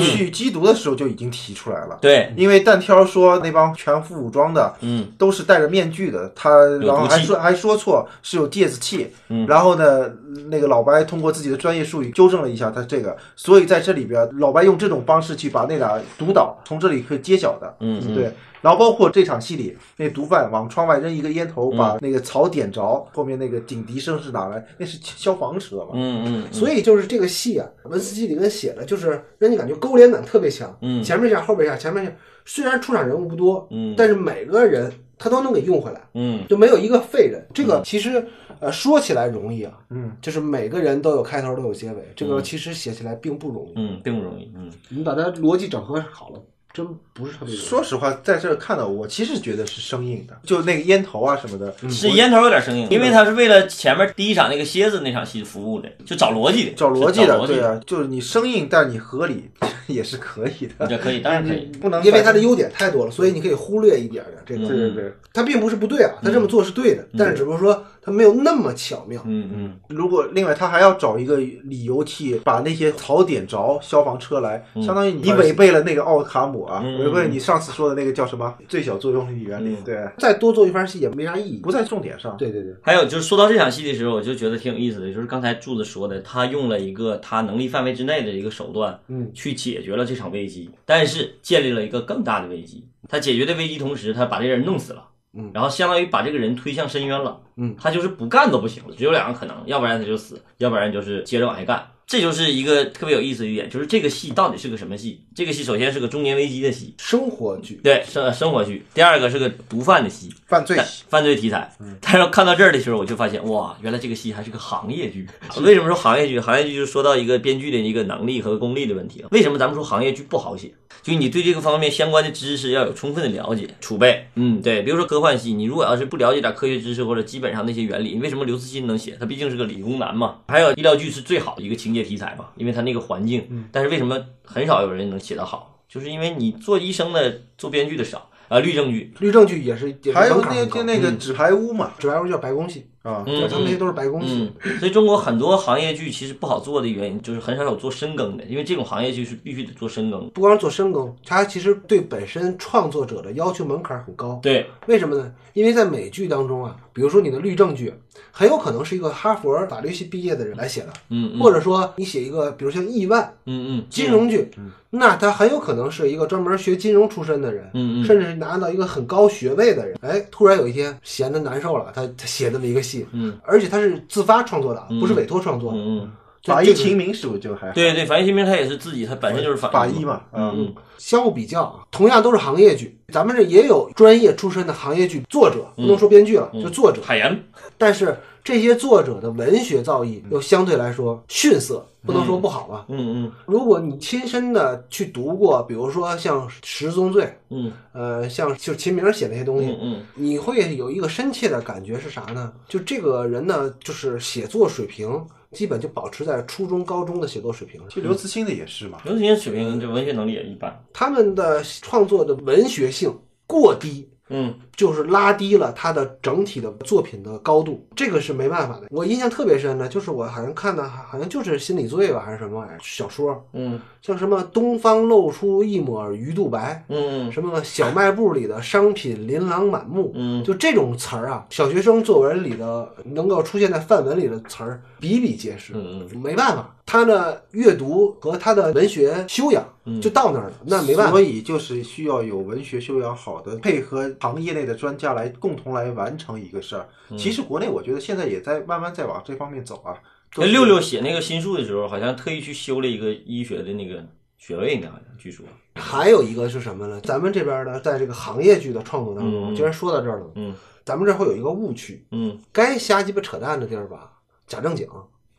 C: 去缉毒的时候就已经提出来了。
B: 对，
C: 因为弹挑说那帮全副武装的
B: 嗯
C: 都是戴着面具的，他
B: 毒
C: 然后还
B: 气
C: 说还说错是有芥子气，
B: 嗯
C: 然后呢，那个老白通过自己的专业术语纠正了一下他这个，所以在这里边老白用这种方式去把那俩毒岛从这里可以揭晓的，
B: 嗯嗯
C: 对。然后包括这场戏里，那毒贩往窗外扔一个烟头，
B: 嗯
C: 把那个草点着，后面那个警笛声是哪来？那是消防车嘛？
B: 嗯嗯，
A: 所以就是这个戏啊，文斯基里根写的就是让你感觉勾连感特别强，
B: 嗯
A: 前面一下后边一下，前面一下，虽然出场人物不多，
B: 嗯
A: 但是每个人他都能给用回来，
B: 嗯
A: 就没有一个废人。这个其实呃说起来容易啊，
C: 嗯，
A: 就是每个人都有开头都有结尾，这个其实写起来并不容易。
B: 嗯，并不容易。嗯
A: 嗯你把它逻辑整合好了，真不是特别容易。
C: 说实话，在这儿看到我其实觉得是生硬的，就那个烟头啊什么的，
B: 是烟头有点生硬，嗯因为他是为了前面第一场那个蝎子那场戏服务的，就找逻辑的，
C: 找逻辑
B: 找
C: 的，对，啊，就是你生硬，但你合理也是可以的，
B: 这可以，当然可以。
C: 不能
A: 因为它的
C: 反
A: 优点太多了，所以你可以忽略一点儿的这个。
C: 对对对，
A: 嗯它并不是不对啊，他这么做是对的，但是只不过说它没有那么巧妙。
B: 嗯嗯，
C: 如果另外他还要找一个理由去把那些槽点着消防车来，相当于你违背了那个奥卡姆啊，
B: 嗯
C: 违背你上次说的那个叫什么最小作用力原理，
B: 嗯
C: 对，
A: 再多做一番戏也没啥意义。
C: 不在重点上。
A: 对对对，
B: 还有就是说到这场戏的时候，我就觉得挺有意思的，就是刚才柱子说的，他用了一个他能力范围之内的一个手段，
A: 嗯，
B: 去解决了这场危机，但是建立了一个更大的危机。他解决的危机同时，他把这人弄死了，
A: 嗯，
B: 然后相当于把这个人推向深渊了，
A: 嗯，
B: 他就是不干都不行了，只有两个可能，要不然他就死，要不然就是接着往下干。这就是一个特别有意思的一点，就是这个戏到底是个什么戏？这个戏首先是个中年危机的戏，
A: 生活剧
B: 对生生活剧；第二个是个毒贩的戏，
D: 犯罪
B: 但犯罪题材。但是看到这儿的时候，我就发现哇，原来这个戏还是个行业剧。为什么说行业剧？行业剧就说到一个编剧的一个能力和功力的问题啊了。为什么咱们说行业剧不好写？就你对这个方面相关的知识要有充分的了解储备。嗯，对，比如说科幻戏，你如果要是不了解点科学知识或者基本上那些原理，你为什么刘慈欣能写？他毕竟是个理工男嘛。还有医疗剧是最好的一个情节题材嘛，因为他那个环境。但是为什么很少有人能写得好？就是因为你做医生的、做编剧的少啊，律政剧。
A: 律政剧也是，也是
C: 还有
A: 门槛
C: 那
A: 很
C: 就
A: 高
C: 那个纸牌屋嘛，
A: 纸牌嗯屋叫白宫戏，
C: 啊，
B: 嗯
A: 对，他们那些都是白宫戏。
B: 嗯，所以中国很多行业剧其实不好做的原因就是很少有做深耕的，因为这种行业剧是必须得做深耕。
A: 不光是做深耕，它其实对本身创作者的要求门槛很高。
B: 对，
A: 为什么呢？因为在美剧当中啊，比如说你的律政剧，很有可能是一个哈佛法律系毕业的人来写的，
B: 嗯嗯
A: 或者说你写一个，比如像亿万
B: 嗯嗯，
A: 金融剧，那他很有可能是一个专门学金融出身的人，
B: 嗯嗯
A: 甚至是拿到一个很高学位的人。哎，突然有一天闲得难受了，他他写那么一个戏，
B: 嗯，
A: 而且他是自发创作的啊，
B: 嗯
A: 不是委托创作。
B: 嗯嗯，
A: 这
C: 法
A: 这个
C: 医秦明是不是就还好
B: 对对，反正新兵他也是自己，他本身就是反
C: 法医，嘛？
B: 嗯
C: 嗯，
B: 嗯
A: 相互比较啊，同样都是行业剧，咱们这也有专业出身的行业剧作者，不能说编剧了，就作者。
B: 海岩，
A: 但是这些作者的文学造诣又相对来说逊色，不能说不好吧。
B: 嗯嗯
A: 如果你亲身的去读过，比如说像《十宗罪》，
B: 嗯
A: 呃，像就是秦明写那些东西，
B: 嗯嗯，
A: 你会有一个深切的感觉是啥呢？就这个人呢，就是写作水平基本就保持在初中、高中的写作水平。
C: 就刘慈欣的也是嘛，
B: 刘慈欣水平这文学能力也一般，
A: 他们的创作的文学性过低，
B: 嗯
A: 就是拉低了他的整体的作品的高度，这个是没办法的。我印象特别深的，就是我好像看的，好像就是《心理罪》吧，还是什么玩意儿小说，
B: 嗯
A: 像什么“东方露出一抹鱼肚白
B: 嗯”，
A: 什么小卖部里的商品琳琅满目，
B: 嗯
A: 就这种词儿啊，小学生作文里的能够出现在范文里的词儿比比皆是。
B: 嗯
A: 没办法，他的阅读和他的文学修养
B: 嗯，
A: 就到那儿了，那没办法
C: 所。以就是需要有文学修养好的，配合行业内的专家来共同来完成一个事儿。其实国内我觉得现在也在慢慢在往这方面走啊。都
B: 那
C: 是
B: 六六写那个心术的时候，好像特意去修了一个医学的那个学位呢，好像据说，
A: 还有一个是什么呢？咱们这边呢，在这个行业剧的创作当中，
B: 嗯
A: 既然说到这儿了，
B: 嗯
A: 咱们这儿会有一个误区，
B: 嗯
A: 该瞎鸡巴扯淡的地儿吧，假正经；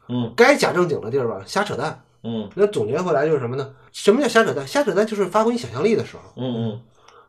B: 嗯
A: 该假正经的地儿吧，瞎扯淡。
B: 嗯
A: 那总结回来就是什么呢？什么叫瞎扯淡？瞎扯淡就是发挥你想象力的时候，
B: 嗯嗯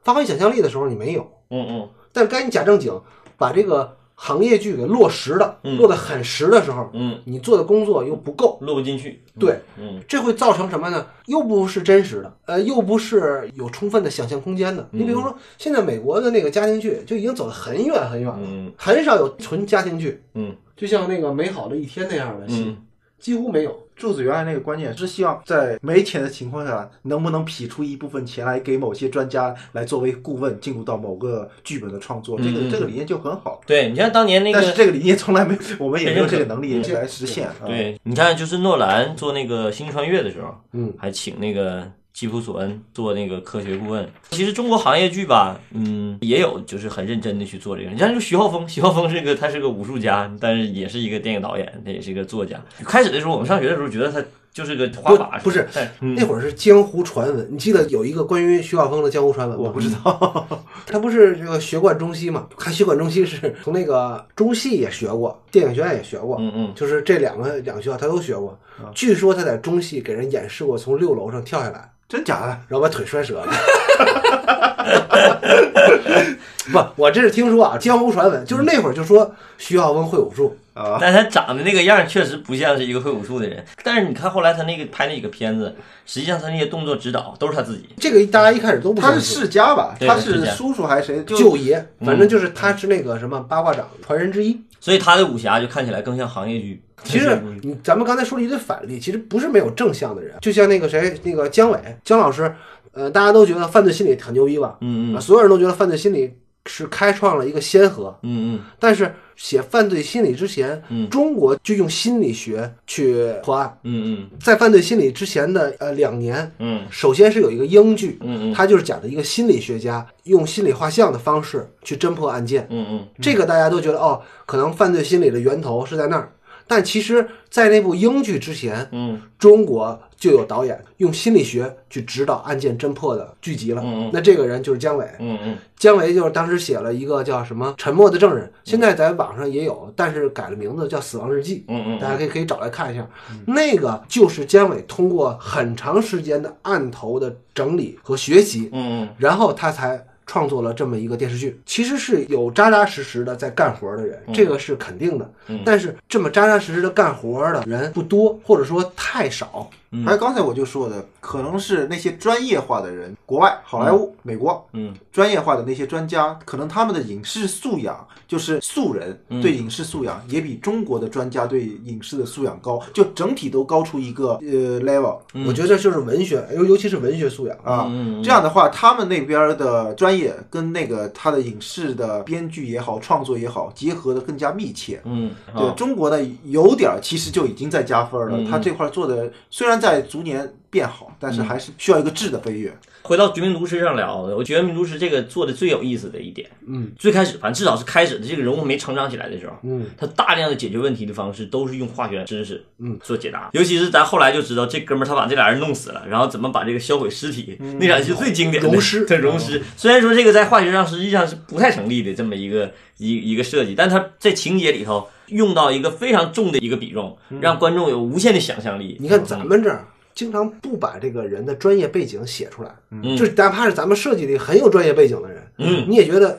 A: 发挥想象力的时候你没有，
B: 嗯嗯
A: 但该你假正经，把这个行业剧给落实了，
B: 嗯
A: 落得很实的时候，
B: 嗯，
A: 你做的工作又不够，
B: 落不进去，
A: 对，
B: 嗯
A: 这会造成什么呢？又不是真实的，呃，又不是有充分的想象空间的。你比
B: 嗯
A: 如说，现在美国的那个家庭剧就已经走得很远很远了，
B: 嗯
A: 很少有纯家庭剧，
B: 嗯
A: 就像那个《美好的一天》那样的戏，
B: 嗯
A: 几乎没有。
C: 柱子原来那个观念是希望在没钱的情况下，能不能匹出一部分钱来给某些专家来作为顾问，进入到某个剧本的创作，这
B: 嗯
C: 个这个理念就很好。
B: 对，你看当年那
C: 但是
B: 个，
C: 这个理念从来没，我们也没有这个能力
A: 嗯
C: 来实现。啊，
B: 对，你看就是诺兰做那个《星穿越》的时候，
A: 嗯，
B: 还请那个基普索恩做那个科学顾问。其实中国行业剧吧，嗯，也有就是很认真的去做这个。你看，就徐浩峰，徐浩峰是个他是个武术家，但是也是一个电影导演，他也是一个作家。开始的时候，我们上学的时候觉得他就是个花把式，
A: 不是
B: 但嗯
A: 那会儿是江湖传闻，你记得有一个关于徐晓峰的江湖传闻吗？
C: 我不知道，
A: 他不是这个学贯中戏嘛？他学贯中戏是从那个中戏也学过，电影学院也学过，
B: 嗯嗯
A: 就是这两个两个学校他都学过。据说他在中戏给人演示过从六楼上跳下来，
C: 真假的？
A: 然后把腿摔折了。 不，我这是听说啊，江湖传闻，
B: 嗯
A: 就是那会儿就说徐浩峰会武术，
C: 啊，
B: 但他长得那个样儿确实不像是一个会武术的人。但是你看后来他那个拍那几个片子，实际上他那些动作指导都是他自己。
A: 这个大家一开始都不
C: 他
A: 相
C: 是
A: 信。
C: 世家吧？
B: 对
C: 他
B: 世
C: 是
B: 家
C: 叔叔还是谁？就
A: 舅爷，反
B: 嗯
A: 正就是他是那个什么八卦掌传人之一。
B: 所以他的武侠就看起来更像行业剧。
A: 其实
B: 嗯
A: 你咱们刚才说了一堆反例，其实不是没有正向的人，就像那个谁，那个姜伟，姜老师，呃，大家都觉得犯罪心理很牛逼吧？
B: 嗯
A: 啊，
B: 嗯
A: 所有人都觉得犯罪心理是开创了一个先河，
B: 嗯
A: 但是写犯罪心理之前，
B: 嗯
A: 中国就用心理学去破案。
B: 嗯嗯
A: 在犯罪心理之前的呃两年，
B: 嗯
A: 首先是有一个英剧，
B: 嗯嗯
A: 它就是讲的一个心理学家用心理画像的方式去侦破案件。
B: 嗯嗯，
A: 这个大家都觉得哦，可能犯罪心理的源头是在那儿。但其实，在那部英剧之前，
B: 嗯，
A: 中国就有导演用心理学去指导案件侦破的剧集了。
B: 嗯嗯
A: 那这个人就是姜伟，
B: 嗯嗯
A: 姜维就是当时写了一个叫什么《沉默的证人》，现在在网上也有，但是改了名字叫《死亡日记》，
B: 嗯
A: 大家可以可以找来看一下。那个就是姜伟通过很长时间的案头的整理和学习，
B: 嗯
A: 然后他才创作了这么一个电视剧。其实是有扎扎实实的在干活的
B: 嗯
A: 人，这个是肯定的。但是这么扎扎实实的干活的人不多，或者说太少。
B: 嗯
C: 还有刚才我就说的，可能是那些专业化的人，国外好莱坞、美国，
B: 嗯，
C: 专业化的那些专家，可能他们的影视素养，就是素人
B: 嗯
C: 对影视素养也比中国的专家对影视的素养高，就整体都高出一个呃 level
B: 嗯
A: 我觉得就是文学，尤尤其是文学素养。
C: 啊。这样的话，他们那边的专业跟那个他的影视的编剧也好，创作也好，结合的更加密切。
B: 嗯
C: 对中国的有点儿其实就已经在加分
B: 嗯
C: 了，他这块儿做的虽然在逐年变好，但是还是需要一个质的飞跃。
B: 回到《绝命毒师》上聊，我《绝命毒师》这个做的最有意思的一点，嗯，最开始反正至少是开始的这个人物没成长起来的时候，嗯，他大量的解决问题的方式都是用化学知识，嗯，做解答。尤其是咱后来就知道这哥们儿他把这俩人弄死了，然后怎么把这个销毁尸体，那场戏最经典的
A: 溶尸
B: 对溶尸。虽然说这个在化学上实际上是不太成立的这么一个一一个设计，但他在情节里头用到一个非常重的一个比重，让观众有无限的想象力。嗯
A: 你看咱们这儿。经常不把这个人的专业背景写出来，
B: 嗯
A: 就是哪怕是咱们设计里很有专业背景的人，
B: 嗯
A: 你也觉得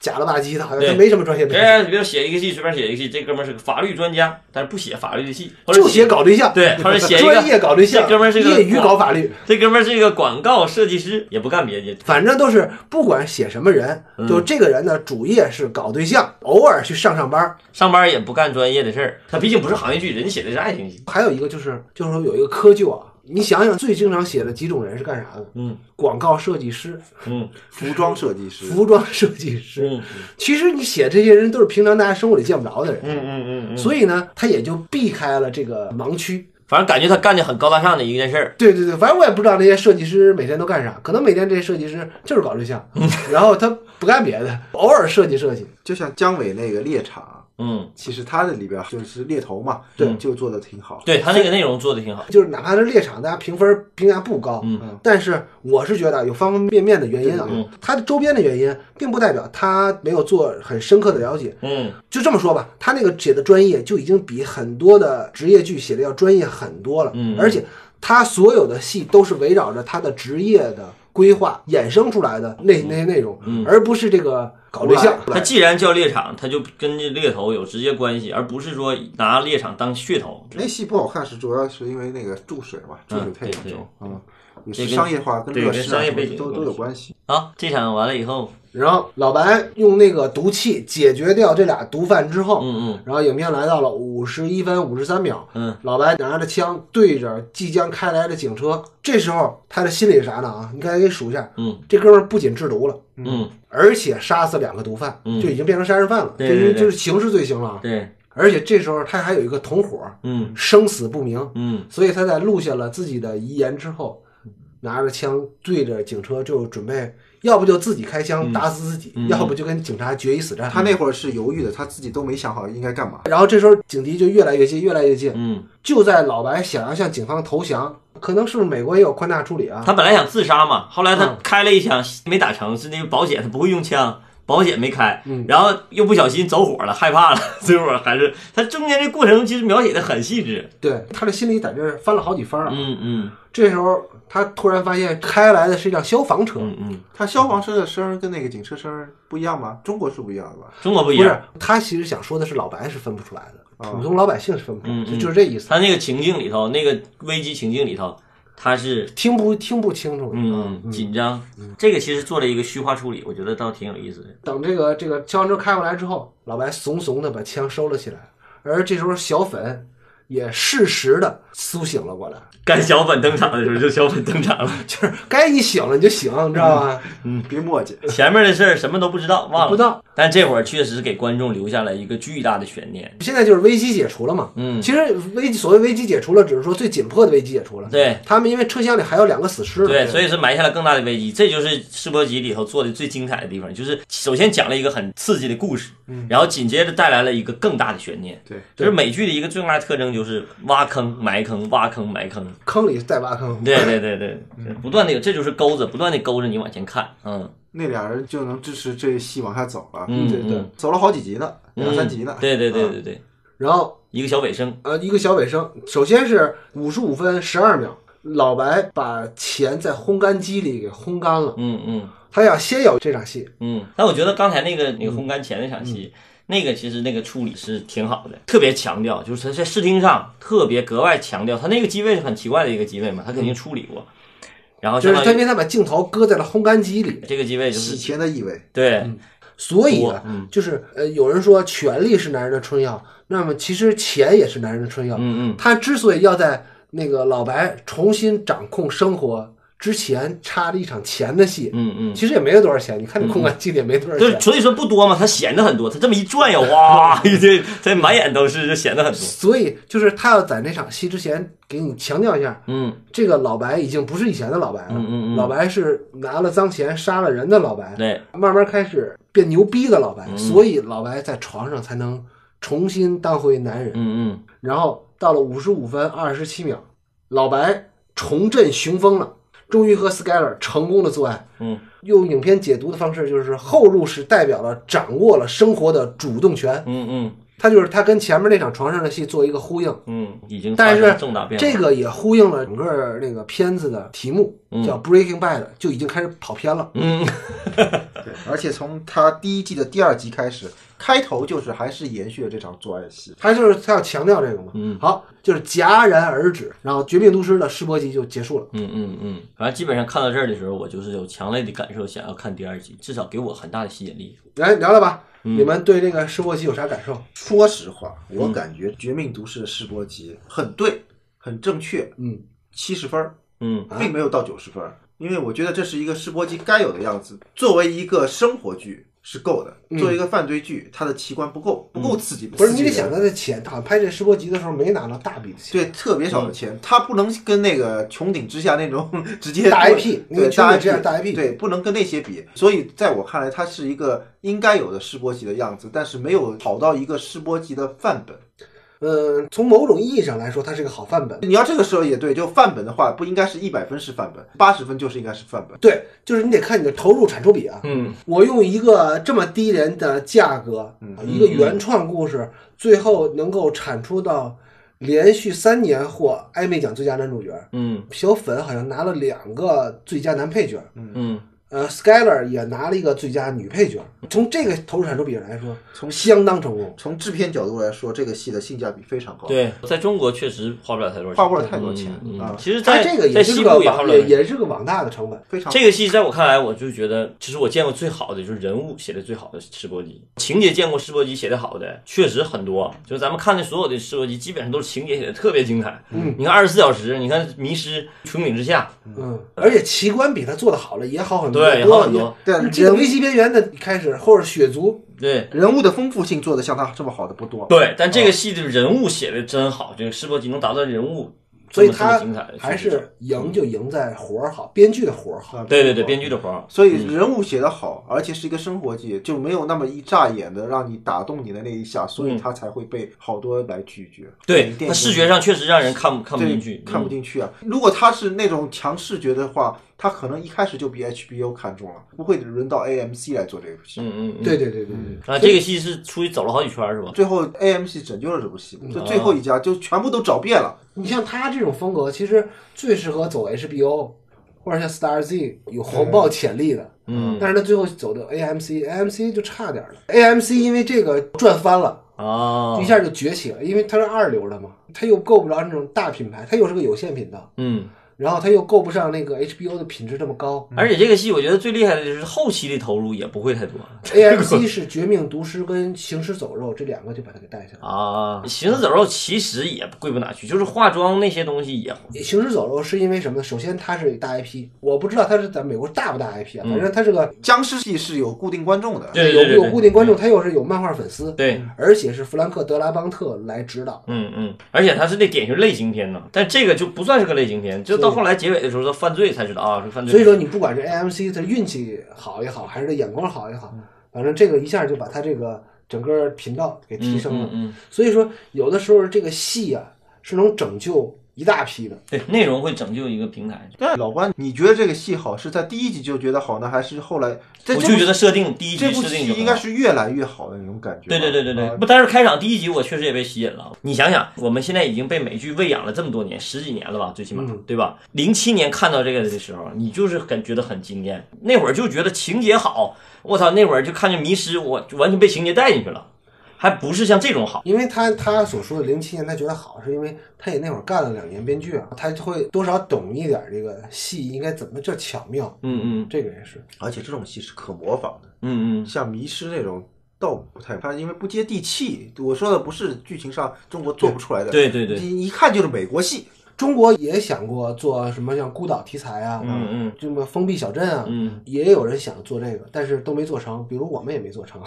A: 假了吧唧的，好像
B: 对
A: 他没什么专业背景，
B: 哎，比如写一个戏，随便写一个戏，这哥们儿是个法律专家，但是不写法律的戏，或者
A: 就写搞对象，
B: 对，或者写一
A: 专
B: 个
A: 业搞对象，
B: 这哥们儿是个嗯
A: 业余搞法律，
B: 这哥们儿是一个广告设计师，也不干别的，
A: 反正都是不管写什么人，
B: 嗯
A: 就这个人呢，主业是搞对象，偶尔去上上班儿。
B: 上班也不干专业的事儿。他毕竟不是行业剧，人家写的是爱情戏。
A: 还有一个就是，就是说有一个窠臼啊，你想想最经常写的几种人是干啥的？
B: 嗯，
A: 广告设计师、
B: 嗯
C: 服装设计师，
A: 服装设计师。
B: 嗯
A: 其实你写这些人都是平常大家生活里见不着的人，
B: 嗯嗯嗯嗯，
A: 所以呢，他也就避开了这个盲区。
B: 反正感觉他干的很高大上的一件事儿。
A: 对对对，反正我也不知道那些设计师每天都干啥，可能每天这些设计师就是搞对象，
B: 嗯
A: 然后他不干别的， 偶尔设计设计。
C: 就像姜伟那个猎场，
B: 嗯，
C: 其实他的里边就是猎头嘛，
A: 对
C: 就做的挺好。
B: 对他那个内容做的挺好。
A: 就是哪怕是猎场，大家评分评价不高，
B: 嗯，
A: 但是我是觉得啊有方方面面的原因啊
B: 对对对，
A: 它的周边的原因，并不代表他没有做很深刻的了解。
B: 嗯
A: 就这么说吧，他那个写的专业就已经比很多的职业剧写的要专业很多了，
B: 嗯
A: 而且他所有的戏都是围绕着他的职业的规划衍生出来的那那些内容，而不是这个搞对象。
B: 他既然叫猎场，他就跟这猎头有直接关系，而不是说拿猎场当噱头。
C: 那戏不好看是主要是因为那个注水嘛，注水
B: 嗯
C: 太严重啊，嗯也
B: 这跟
C: 是商业化跟
B: 对
C: 乐
B: 跟
C: 视
B: 商
C: 啊
B: 业
C: 什么
B: 背景有
C: 都
B: 关
C: 都有
B: 系
C: 关系。
B: 啊，这场完了以后，
A: 然后老白用那个毒气解决掉这俩毒贩之后，
B: 嗯嗯
A: 然后影片来到了五十一分五十三秒，
B: 嗯，
A: 老白拿着枪对着即将开来的警车，这时候他的心里是啥呢啊？你刚才给数一下，
B: 嗯
A: 这哥们儿不仅制毒了，
B: 嗯，
A: 而且杀死两个毒贩，
B: 嗯
A: 就已经变成杀人犯了，
B: 对对对
A: 这就是刑事罪行了啊。
B: 对，
A: 而且这时候他还有一个同伙，
B: 嗯
A: 生死不明，
B: 嗯
A: 所以他在录下了自己的遗言之后，拿着枪对着警车就准备，要不就自己开
B: 嗯
A: 枪打死自己，要不就跟警察决一死战。
C: 他那会儿是犹豫的，他自己都没想好应该干嘛。
A: 然后这时候警笛就越来越近，越来越近。
B: 嗯，
A: 就在老白想要向警方投降，可能是不是美国也有宽大处理啊？
B: 他本来想自杀嘛，后来他
A: 嗯
B: 开了一枪没打成，是那个保险他不会用枪，保险没开，
A: 嗯
B: 然后又不小心着火了，害怕了， 最后还是他中间这过程其实描写的很细致。
A: 对，他的心里在这儿翻了好几番啊。
B: 嗯嗯
A: 这时候他突然发现开来的是一辆消防车，
B: 嗯嗯，
C: 它消防车的声儿跟那个警车声儿不一样吗？中国是不一样的吧？
B: 中国不一
A: 不是
B: 样，哦
A: 他其实想说的是老白是分不出来的，
C: 啊
A: 普通老百姓是分不出来
B: 嗯
A: 的，
B: 嗯
A: 就就是这意思。
B: 他那个情境里头，那个危机情境里头，他是
A: 听不听不清楚的，
B: 嗯紧张，这个其实做了一个虚化处理，我觉得倒挺有意思的。
A: 等这个这个消防车开过来之后，老白怂怂的把枪收了起来，而这时候小粉也适时的苏醒了过来，
B: 干小本登场的时候，就小本登场了，
A: 就是该你醒了你就醒，你知道吧？
B: 嗯
C: 别墨迹，
B: 前面的事儿什么都不知道，忘
A: 不
B: 了。
A: 知道
B: 但这会儿确实给观众留下了一个巨大的悬念。
A: 现在就是危机解除了嘛。
B: 嗯
A: 其实危所谓危机解除了，只是说最紧迫的危机解除了。
B: 对，
A: 他们因为车厢里还有两个死尸呢。
B: 对，所以是埋下了更大的危机。这就是世博集里头做的最精彩的地方，就是首先讲了一个很刺激的故事，然后紧接着带来了一个更大的悬念。
C: 嗯
B: 就
C: 对，
B: 是美剧的一个最大特征就是挖坑埋坑挖坑埋坑，
A: 坑里再挖坑。
B: 对对对对，
C: 嗯
B: 对不断的有，这就是钩子，不断的勾着你往前看，嗯，
C: 那俩人就能支持这一戏往下走了。
B: 嗯
C: 对对
B: 嗯，
C: 走了好几集呢，两三
B: 嗯
C: 集呢。
B: 对对对
C: 啊，
B: 对对，
A: 然后
B: 一个小尾声，
A: 呃，一个小尾声，首先是五十五分十二秒，老白把钱在烘干机里给烘干了。
B: 嗯嗯
A: 他想先有这场戏，
B: 嗯。但我觉得刚才那个那
A: 嗯
B: 个烘干前那场戏，那个其实那个处理是挺好的，特别强调，就是他在视听上特别格外强调，他那个机位是很奇怪的一个机位嘛，他肯定处理过，然
A: 嗯
B: 后
A: 就是
B: 相当
A: 他因
B: 于
A: 为他把镜头搁在了烘干机里，
B: 这个机位就
D: 洗
B: 是
D: 钱的意味。
B: 对，
A: 嗯所以
B: 我
A: 啊，就是呃，有人说权力是男人的春药，那么其实钱也是男人的春药。
B: 嗯嗯，
A: 他之所以要在那个老白重新掌控生活之前插了一场钱的戏，
B: 嗯嗯。
A: 其实也没有多少钱。你看你空感机里也没多少
B: 就
A: 钱，
B: 是所以说不多嘛，他显得很多，他这么一转悠， 哇，这这满眼都是，就显得很多。
A: 所以就是他要在那场戏之前给你强调一下，
B: 嗯，
A: 这个老白已经不是以前的老白了，
B: 嗯嗯嗯
A: 老白是拿了脏钱杀了人的老白，
B: 对，
A: 慢慢开始变牛逼的老
B: 嗯
A: 白，所以老白在床上才能重新当回男人。
B: 嗯嗯。
A: 然后到了五十五分二十七秒，老白重振雄风了，终于和 Skyler 成功的做爱。
B: 嗯，
A: 用影片解读的方式就是后入是代表了掌握了生活的主动权，
B: 嗯嗯
A: 他就是他跟前面那场床上的戏做一个呼应。
B: 嗯，已经
A: 但
B: 发生
A: 是
B: 重大变化。
A: 这个也呼应了整个那个片子的题目，叫《Breaking Bad》，就已经开始跑偏了。
B: 嗯，
D: 对，而且从
C: 他第一季的第二集开始，开头就是还是延续了这场做爱戏。
A: 他就是他要强调这个嘛。嗯，好，就是戛然而止，然后《绝命毒师》的试播集就结束了。
B: 嗯嗯嗯，反正基本上看到这儿的时候，我就是有强烈的感受，想要看第二集，至少给我很大的吸引力。
A: 来聊聊吧，
B: 嗯
A: 你们对这个试播集有啥感受？
D: 说实话，我
C: 我
D: 感
C: 感觉《绝命毒师》的世博集很对，很正确，
A: 嗯，
C: 七十分儿，
B: 嗯
C: 并没有到九十分儿，因为我觉得这是一个世博集该有的样子。作为一个生活剧是够的，作为一个犯罪剧，它的奇观不够，不够刺激。
A: 不是
C: 刺
A: 你
C: 激
A: 得
C: 人
A: 想他的钱，好像拍这世播集的时候没拿到大笔的钱，
C: 对，特别少的钱，它不能跟那个穹顶之下那种 直接
A: 大 IP 那
C: 对
A: 个
C: 大
A: 穹顶之下
C: IP
A: 大 IP
C: 对，不能跟那些比。所以在我看来，它是一个应该有的世博级的样子，但是没有跑到一个世博级的范本。
A: 嗯，从某种意义上来说，它是个好范本。
C: 你要这个时候也对，就范本的话，不应该是一百分是范本，八十分就是应该是范本。
A: 对，就是你得看你的投入产出比啊。
B: 嗯
A: 我用一个这么低廉的价格，一个原创故事，最后能够产出到连续三年获艾美奖最佳男主角。
B: 嗯
A: 小粉好像拿了两个最佳男配角，
B: 嗯
A: 呃，Skyler 也拿了一个最佳女配角。从这个投入产出比来说，从相当成功。
D: 从制片角度来说，这个戏的性价比非常高。，
B: 对，在中国确实花不了太多钱，
C: 花不了太多钱
B: 嗯嗯
C: 啊
B: 其实
A: 它
B: 在，
A: 这个也
B: 在
A: 是
B: 西
A: 个
B: 部也花
A: 网
B: 不了
A: 也
B: 太多钱。
A: 也是个网大的成本。
C: 非常
B: 这个戏在我看来，我就觉得，其实我见过最好的就是人物写的最好的世博集，情节见过世博集写的好的，确实很多。啊就是咱们看的所有的世博集，基本上都是情节写的特别精彩。嗯，你看二十四小时，你看迷失、穹顶之下，
A: 嗯，而且奇观比他做的好了，也好很多，
B: 对，也好很多。
A: 也。
D: 但
A: 这个
D: 人
A: 危机边缘的开始，或者血族，
B: 对，
C: 人物的丰富性做的像他这么好的不多。
B: 对，但
A: 啊
B: 这个戏的人物写的真好，这个世博集能达到人物
A: 所
B: 这
A: 以
B: 么这么
A: 他
B: 精彩的
A: 还
B: 叙事
A: 是赢就赢在活儿好，编剧的活儿
C: 啊
A: 好。
B: 对对对，编剧的活
A: 嗯
B: 儿。
C: 所以人物写得好，而且是一个生活剧，就没有那么一乍眼的让你打动你的那一下，所以它才会被好多来拒绝。
B: 嗯对，
C: 电
B: 他
C: 影
B: 视觉上确实让人看不看不
C: 对
B: 进去，嗯
C: 看不
B: 去。
C: 进去啊！如果他是那种强视觉的话，他可能一开始就比 HBO 看中了，不会轮到 AMC 来做这部戏。
B: 嗯嗯嗯，
A: 对对对对对，
B: 啊，这个戏是出去走了好几圈儿是吧？
C: 最后 AMC 拯救了这部戏，就最
B: 哦
C: 后一家就全部都找遍了。
A: 你像他这种风格，其实最适合走 HBO 或者像 Star Z 有黄暴潜力的。
B: 嗯，
A: 但是他最后走的 AMC，AMC 就差点了。AMC 因为这个赚翻了，
B: 啊
A: 一，下就崛起了，因为它是二流的嘛，它又够不着那种大品牌，它又是个有线频道，
B: 嗯，
A: 然后它又够不上那个 HBO 的品质这么高。
B: 而且这个戏我觉得最厉害的就是后期的投入也不会太 多
A: AMC 是《绝命毒师》跟《行尸走肉》这两个就把它给带下来了。
B: 啊。行尸走肉其实也贵不哪去，就是化妆那些东西也
A: 行尸走肉是因为什么呢？首先它是大 IP，我不知道它是在美国大不大 IP 啊，反正它是个
C: 僵尸戏是有固定观众的，
B: 嗯对
A: 有
B: 对对嗯
A: 有
B: 对
A: 固定观众，它又是有漫画粉丝，
B: 对，
A: 而且是弗兰克·德拉邦特来指导。
B: 嗯嗯，而且它是那典型类型片呢，但这个就不算是个类型片，就到后来结尾的时候，他犯罪才知道啊是犯罪。
A: 所以说，你不管是 AMC 它运气好也好，还是它眼光好也
B: 嗯
A: 好，反正这个一下就把它这个整个频道给提升了。
B: 嗯嗯，
A: 所以说，有的时候这个戏啊是能拯救一大批的。
B: 对，内容会拯救一个平台。
C: 但老关，你觉得这个戏好是在第一集就觉得好呢，还是后来？这
B: 我
C: 这
B: 就觉
C: 部
B: 得设定第一
C: 这
B: 集
C: 部
B: 设定就
C: 戏
B: 很
C: 应该
B: 好
C: 是越来越好的那种感觉吧。
B: 对对对对对
C: 啊，
B: 不，但是开场第一集我确实也被吸引了。你想想，我们现在已经被美剧喂养了这么多年，十几年了吧，最起码，
C: 嗯
B: 对吧？零七年看到这个的时候，你就是很觉得很惊艳，那会儿就觉得情节好，我操，那会儿就看见迷失，我就完全被情节带进去了，还不是像这种好。
A: 因为他他所说的零七年他觉得好，是因为他也那会儿干了两年编剧啊，他就会多少懂一点这个戏应该怎么叫巧妙，
B: 嗯嗯
A: 这个也是。
C: 而且这种戏是可模仿的，
B: 嗯嗯，
C: 像《迷失》那种倒不太，它因为不接地气。我说的不是剧情上中国做不出来的，
B: 对对对，
C: 你一看就是美国戏。
A: 中国也想过做什么像孤岛题材啊，
B: 嗯嗯
A: 这么封闭小镇啊，
B: 嗯，
A: 也有人想做这个，但是都没做成，比如我们也没做成。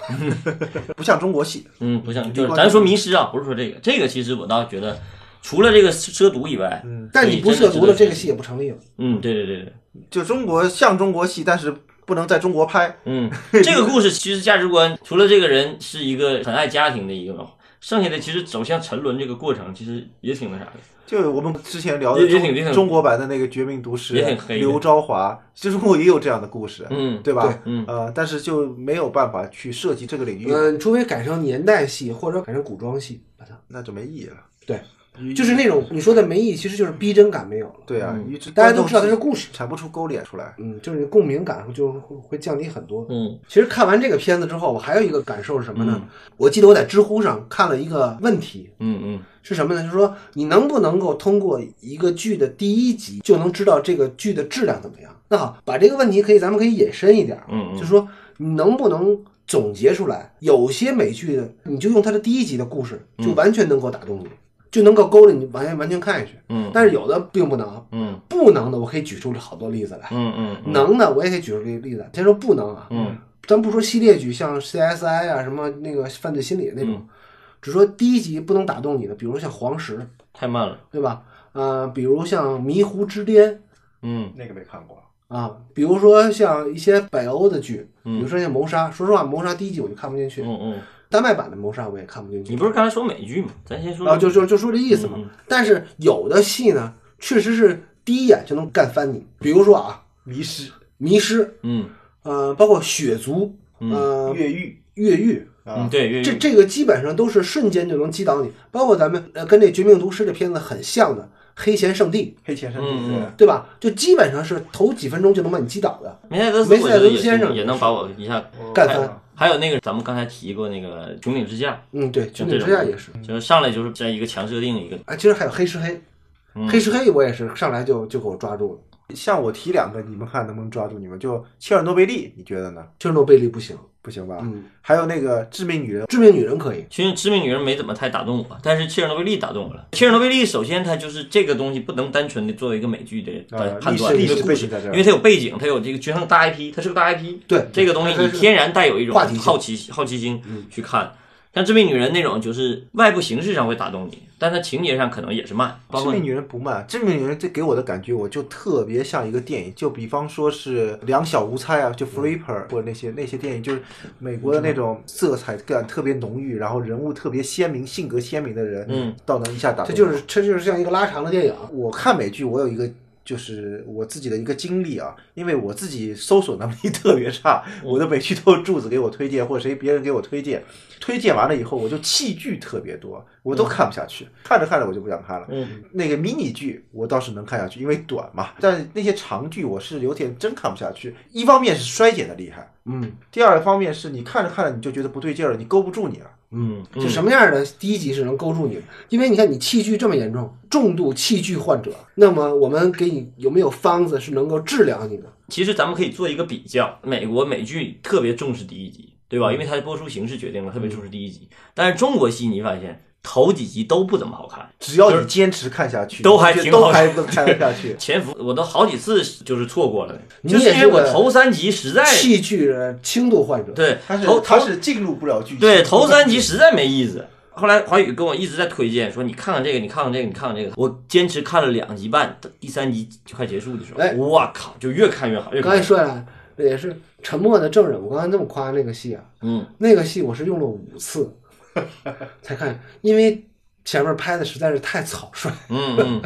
C: 不像中国戏，
B: 嗯，不像，就是咱说迷失啊，不是说这个，这个其实我倒觉得，除了这个涉毒以外，嗯，
A: 但你不涉足了，这个戏，也不成立了。
B: 嗯，对对对对，
C: 就中国像中国戏，但是不能在中国拍。
B: 嗯， 这个故事其实价值观，除了这个人是一个很爱家庭的一个，剩下的其实走向沉沦这个过程，其实也挺那啥的。
C: 就我们之前聊的
B: 也也
C: 中
B: 挺也挺
C: 中国版的那个《绝命毒师
B: 也挺》，黑的
C: 刘昭华，其实中国也有这样的故事，
B: 嗯，
C: 对吧？
B: 嗯呃
C: 呃，但是就没有办法去涉及这个领域，
A: 嗯，除非改成年代戏或者改成古装戏，把它
C: 那就没意义了。
A: 对，就是那种你说的没意义，其实就是逼真感没有了。
C: 对啊，
B: 嗯
C: 与之
A: 大家都知道它是故事，
C: 产不出勾脸出来。
A: 嗯，就是共鸣感就会会降低很多。
B: 嗯
A: 其实看完这个片子之后，我还有一个感受是什么呢？我记得我在知乎上看了一个问题，
B: 嗯
A: 是什么呢？就是说你能不能够通过一个剧的第一集就能知道这个剧的质量怎么样？那好，把这个问题可以咱们可以引申一点儿，啊
B: 嗯嗯
A: 就是说你能不能总结出来，有些美剧的你就用它的第一集的故事，
B: 嗯
A: 就完全能够打动你，就能够勾着你完全完全看下去。
B: 嗯
A: 但是有的并不能，啊
B: 嗯
A: 不能的我可以举出好多例子来，
B: 嗯嗯嗯，
A: 能的我也可以举出例例子来。先说不能啊，
B: 嗯，
A: 咱不说系列剧，像 CSI 啊什么那个犯罪心理那种，
B: 嗯
A: 只说第一集不能打动你的，比如像黄石。
B: 太慢了。
A: 对吧？呃，比如像《迷糊之巅
B: 嗯
C: 那个没看过，》
A: 啊，比如说像一些北欧的剧，比
B: 嗯
A: 如说像《谋杀》。说实话，《谋杀》第一季我就看不进去，
B: 嗯嗯，
A: 丹麦版的《谋杀》我也看不进去。
B: 你不是刚才说嗯美剧吗？咱先说
A: 啊，就就就说这意思嘛。但是有的戏呢，确实是第一眼就能干翻你，比如说啊，
C: 迷失、
A: 《迷失》，
B: 嗯
A: 呃，包括《血族》，呃，《
C: 越狱
A: 越狱
B: 嗯
C: 啊，
B: 对，越》
A: 这这个基本上都是瞬间就能击倒你，包括咱们呃跟这《绝命毒师》这片子很像的《黑钱圣地》。
C: 黑钱圣
B: 嗯
C: 地，对
A: 对吧？就基本上是头几分钟就能把你击倒的。
B: 梅赛德斯，我觉得也也能把我一下。
A: 干
B: 还
A: 翻。
B: 还有那个咱们刚才提过那个穹顶之下，
A: 嗯，对，穹
B: 就
A: 顶
B: 这
A: 之
B: 种
A: 下也是。
B: 就是上来就是这样一个强设定一个，
A: 啊，其实还有黑吃黑，
B: 嗯
A: 黑吃黑我也是上来就就给我抓住了。
C: 像我提两个，你们看能不能抓住你们？就切尔诺贝利，你觉得呢？
A: 切尔诺贝利不行，
C: 不行吧？
A: 嗯，
C: 还有那个致命女人，
A: 致命女人可以。
B: 其实《致命女人》没怎么太打动我，但是切尔诺贝利打动我了。切尔诺贝利首先它就是这个东西不能单纯的作为一个美剧的
C: 啊
B: 判断，
C: 历史
B: 一个
C: 历史
B: 故
C: 背
B: 事
C: 景在这儿
B: 因为它有背景，它有这个就像大 IP，它是个大 IP，
A: 对
B: 这个东西
A: 它
B: 你
A: 是
B: 天然带有一种
A: 话题性
B: 好奇好奇心去看。像《致命女人》那种，就是外部形式上会打动你，但它情节上可能也是慢，包
C: 致
B: 括
C: 命女人不慢，致命女人这给我的感觉，我就特别像一个电影，就比方说是《两小无猜》啊，
B: 嗯
C: 就 Flipper 或者那些那些电影，就是美国的那种色彩感特别浓郁，然后人物特别鲜明、性格鲜明的人，
B: 嗯，
C: 倒能一下打动
A: 这
C: 我。
A: 就是这就是像一个拉长的电影，
C: 我看美剧，我有一个就是我自己的一个经历啊，因为我自己搜索能力 特别差，我的美剧都是柱子给我推荐，或者谁别人给我推荐，推荐完了以后我就弃剧特别多，我都看不下去，看着看着我就不想看了。
B: 嗯，
C: 那个迷你剧我倒是能看下去，因为短嘛，但那些长剧我是有点真看不下去。一方面是衰减的厉害，
A: 嗯
C: 第二方面是你看着看着你就觉得不对劲儿了，你勾不住你了。
A: 嗯，就什么样的第一集是能勾住你的？因为你看你弃剧这么严重，重度弃剧患者，那么我们给你有没有方子是能够治疗你的？
B: 其实咱们可以做一个比较，美国美剧特别重视第一集，对
A: 嗯
B: 吧？因为它的播出形式决定了，特别重视第一集。但是中国戏你发现头几集都不怎么好看，
C: 只要你坚持看下去，
B: 都还挺好。
C: 都还能看得下去
B: 潜伏我都好几次就是错过了，
A: 你
B: 就
A: 也
B: 是因为我
A: 是
B: 头三集实在
A: 弃剧的轻度患者，
B: 对
C: 他是
B: 头
C: 他
B: 头
C: 是进入不了剧情，
B: 对头三集实在没意思。后来华宇跟我一直在推荐，说你看看这个，你看看这个，你看看这个。我坚持看了两集半，第三集就快结束的时
A: 哎
B: 候，我靠，就越看越好，越
A: 刚才
B: 看。
A: 说了，也是《沉默的证人》，我刚才那么夸那个戏啊，
B: 嗯，
A: 那个戏我是用了五 次才看，因为前面拍的实在是太草率。
B: 嗯嗯，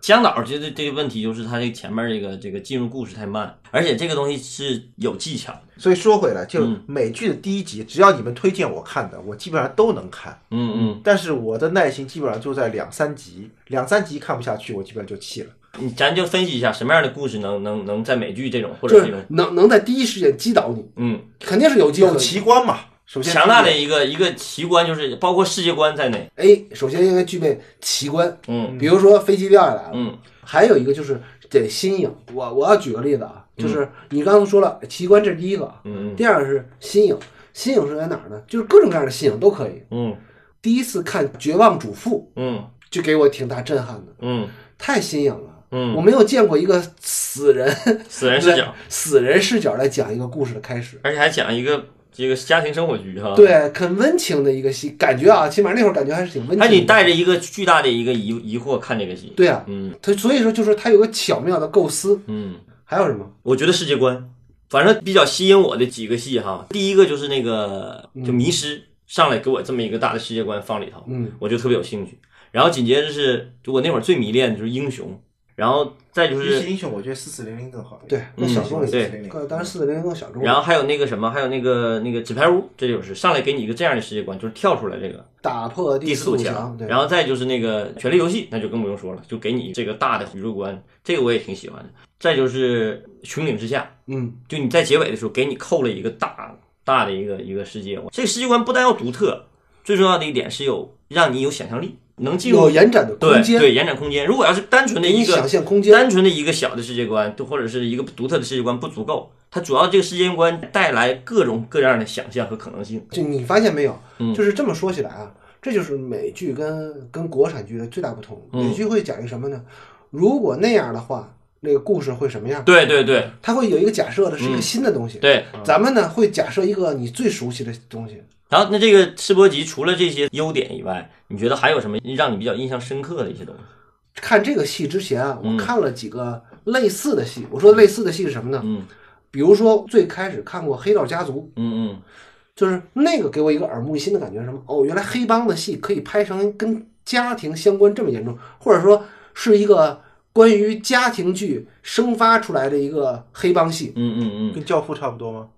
B: 香岛觉得这个问题就是它这前面这个这个进入故事太慢，而且这个东西是有技巧的。
C: 所以说回来，就
B: 嗯
C: 美剧的第一集，只要你们推荐我看的，我基本上都能看。
B: 嗯
C: 但是我的耐心基本上就在两三集，两三集看不下去，我基本上就弃了。
B: 嗯，你咱就分析一下什么样的故事能能能在美剧这种或
A: 就
B: 者这种
A: 是能能在第一时间击倒你，
B: 嗯
A: 肯定是有机会
C: 有。奇观嘛，首先
B: 强大的一个一个奇观，就是包括世界观在内。
A: A 哎首先应该具备奇观，
B: 嗯
A: 比如说飞机掉下来了，
B: 嗯
A: 还有一个就是得新颖。我我要举个例子啊，就是你刚刚说了奇观，这是第一个啊，
B: 嗯
A: 第二个是新颖。新颖是在哪儿呢？就是各种各样的新颖都可以。
B: 嗯
A: 第一次看《绝望主妇
B: 嗯》
A: 就给我挺大震撼的，
B: 嗯
A: 太新颖了。我
B: 嗯
A: 没有见过一个死人
B: 嗯，死人视角，
A: 死人视角来讲一个故事的开始。
B: 而且还讲一个这个家庭生活剧哈。，
A: 对，很温情的一个戏，感觉啊，起码那会儿感觉还是挺温情的。
B: 还得哎带着一个巨大的一个疑疑惑看这个戏。
A: 对啊，
B: 嗯
A: 他所以说就是他有个巧妙的构思，
B: 嗯。
A: 还有什么？
B: 我觉得世界观，反正比较吸引我的几个戏哈，第一个就是那个就迷失、上来给我这么一个大的世界观放里头，
A: 嗯，
B: 我就特别有兴趣。然后紧接着是，就我那会儿最迷恋的就是英雄，然后再就
C: 第一
B: 是，
C: 期英雄，我觉得四四零零更好一点。
A: 对，那小众
C: 嗯
A: 一
B: 对
A: 点，呃当然四零零更小众一点，
B: 然后还有那个什么，还有那个那个纸牌屋，这就是上来给你一个这样的世界观，就是跳出来这个
A: 打破
B: 第
A: 四
B: 四堵
A: 强，对，
B: 然后再就是那个权力游戏，那就更不用说了，就给你这个大的宇宙观，这个我也挺喜欢的。再就是穹顶之下，
A: 嗯，
B: 就你在结尾的时候给你扣了一个大大的一个一个世界，这个世界观不但要独特，最重要的一点是有让你有想象力，能进
A: 有
B: 入
A: 延展的空
B: 对
A: 间，
B: 对延展空间。如果要是单纯的
A: 给你
B: 一
A: 想
B: 个
A: 象空间，
B: 单纯的一个小的世界观，或者是一个独特的世界观不足够，它主要这个世界观带来各种各样的想象和可能性。
A: 就你发现没有
B: 嗯？
A: 就是这么说起来啊，这就是美剧跟跟国产剧的最大不同。
B: 嗯
A: 美剧会讲一个什么呢？如果那样的话，那个故事会什么样？
B: 对对对
A: 它会有一个假设的是一个
B: 嗯
A: 新的东西。
B: 对。
A: 咱们呢会假设一个你最熟悉的东西，
B: 然后那这个世博集除了这些优点以外，你觉得还有什么让你比较印象深刻的一些东西？
A: 看这个戏之前啊，我
B: 嗯
A: 看了几个类似的戏。我说类似的戏是什么呢？
B: 嗯
A: 比如说最开始看过《黑道家族
B: 嗯嗯》，
A: 就是那个给我一个耳目一新的感觉，什么哦，原来黑帮的戏可以拍成跟家庭相关这么严重，或者说是一个关于家庭剧生发出来的一个黑帮戏，
B: 嗯嗯嗯
C: 跟教父差不多吗？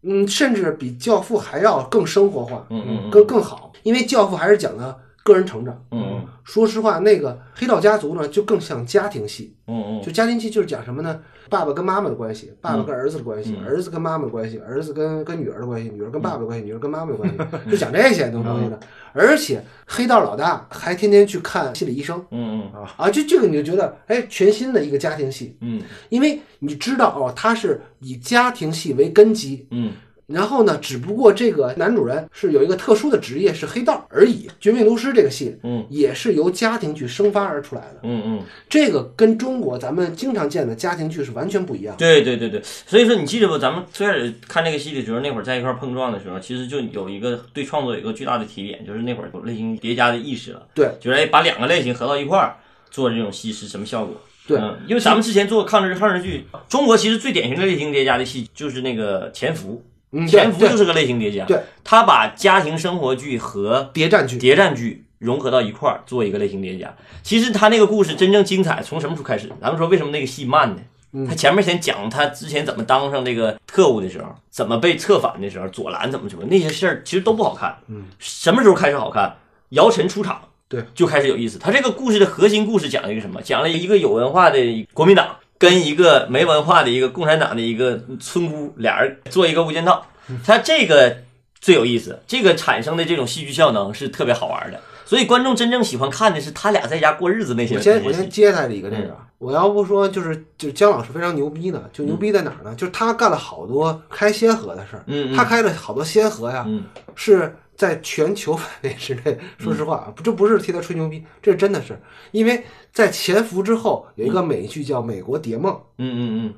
A: 嗯，甚至比《教父》还要更生活化，
B: 嗯嗯嗯
A: 更更好，因为《教父》还是讲的个人成长。
B: 嗯
A: 说实话，那个《黑道家族》呢，就更像家庭戏，
B: 嗯嗯
A: 就家庭戏就是讲什么呢？爸爸跟妈妈的关系，爸爸跟儿子的关系，
B: 嗯
A: 儿子跟妈妈的关系，儿子跟跟女儿的关系，女儿跟爸爸的关系，
B: 嗯
A: 女儿跟妈妈的关系，就讲这些东西的。而且黑道老大还天天去看心理医生
B: 嗯
A: 啊，就这个你就觉得，哎，全新的一个家庭戏，
B: 嗯
A: 因为你知道哦，他是以家庭戏为根基。
B: 嗯。
A: 然后呢？只不过这个男主人是有一个特殊的职业，是黑道而已。《绝命毒师》这个戏，
B: 嗯，
A: 也是由家庭剧生发而出来的。
B: 嗯，嗯，
A: 这个跟中国咱们经常见的家庭剧是完全不一样的。
B: 对对对对，所以说你记得不？咱们最开始看这个戏的时候，那会儿在一块儿碰撞的时候，其实就有一个对创作有一个巨大的提点，就是那会儿有类型叠加的意识了，
A: 对，
B: 就是哎把两个类型合到一块儿做这种戏是什么效果？
A: 对
B: 嗯因为咱们之前做抗日抗日剧，中国其实最典型的类型叠加的戏就是那个《潜伏》，
A: 嗯，
B: 《潜伏》
A: 对
B: 就是个类型叠加，
A: 对，
B: 他把家庭生活剧和
A: 谍战剧，
B: 谍战剧融合到一块儿做一个类型叠加。其实他那个故事真正精彩从什么时候开始？咱们说为什么那个戏慢呢？
A: 嗯
B: 他前面先讲他之前怎么当上这个特务的时候，怎么被策反的时候，左蓝怎么怎么那些事儿，其实都不好看。嗯，什么时候开始好看？姚晨出场，
A: 对，
B: 就开始有意思。他这个故事的核心故事讲了一个什么？讲了一个有文化的国民党跟一个没文化的一个共产党的一个村姑，俩人做一个无间道。他这个最有意思，这个产生的这种戏剧效能是特别好玩的。所以观众真正喜欢看的是他俩在家过日子那些。
A: 我先
B: 那
A: 我
B: 些
A: 先
B: 戏
A: 接他一个这个，我要不说就是就是姜老师非常牛逼呢，就牛逼在哪儿呢？就是他干了好多开先河的事儿，
B: 嗯嗯
A: 他开了好多先河呀，
B: 嗯
A: 是在全球范围之内。说实话啊，这不是替他吹牛逼，这是真的是，因为在《潜伏》之后有一个美剧叫《美国谍梦》，
B: 嗯嗯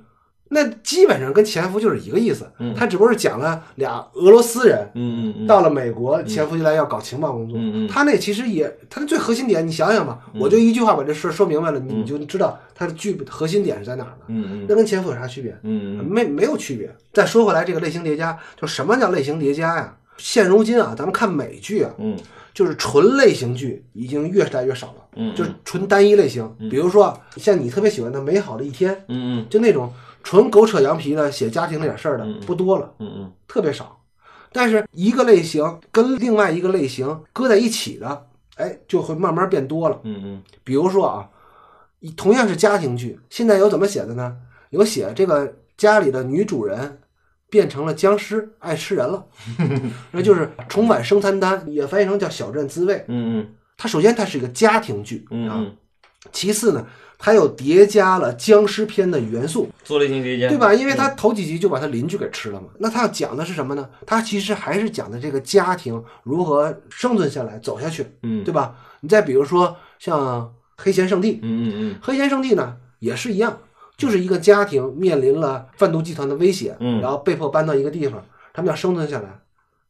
A: 那基本上跟《潜伏》就是一个意思
B: 嗯，
A: 他只不过是讲了俩俄罗斯人
B: 嗯嗯嗯嗯，
A: 到了美国，潜伏进来要搞情报工作。
B: 嗯嗯
A: 他那其实也，他的最核心点，你想想吧，我就一句话把这事儿说明白了，你你就知道他的剧核心点是在哪儿了。
B: 嗯嗯
A: 那跟潜伏有啥区别？
B: 嗯嗯
A: 没没有区别。再说回来，这个类型叠加，就什么叫类型叠加呀？现如今啊，咱们看美剧啊，
B: 嗯
A: 就是纯类型剧已经越来越少了，
B: 嗯，
A: 就是纯单一类型。比如说像你特别喜欢的《美好的一天
B: 嗯》，嗯
A: 就那种纯狗扯羊皮的写家庭那点事儿的
B: 嗯嗯
A: 不多了。
B: 嗯嗯
A: 特别少。但是一个类型跟另外一个类型搁在一起的，哎，就会慢慢变多了。
B: 嗯嗯
A: 比如说啊，以同样是家庭剧，现在有怎么写的呢？有写这个家里的女主人变成了僵尸，爱吃人 了，那就是重返生餐单，也翻译成叫小镇滋味。
B: 嗯
A: 它首先它是一个家庭剧
B: 嗯
A: 啊，
B: 嗯，
A: 其次呢，它又叠加了僵尸片的元素，
B: 做了一些叠加，
A: 对吧？因为他头几集就把他邻居给吃了嘛。那他要讲的是什么呢？他其实还是讲的这个家庭如何生存下来、走下去，
B: 嗯
A: 对吧？你再比如说像《黑钱圣地》，
B: 嗯嗯
A: 《黑钱圣地》呢也是一样，就是一个家庭面临了贩毒集团的威胁，
B: 嗯
A: 然后被迫搬到一个地方，他们要生存下来，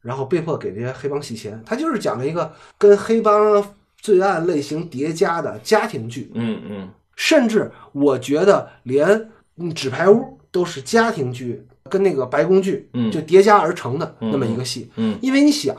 A: 然后被迫给这些黑帮洗钱。他就是讲了一个跟黑帮罪案类型叠加的家庭剧，
B: 嗯嗯
A: 甚至我觉得连嗯纸牌屋都是家庭剧跟那个白宫剧
B: 嗯
A: 就叠加而成的那么一个戏，
B: 嗯
A: 因为你想，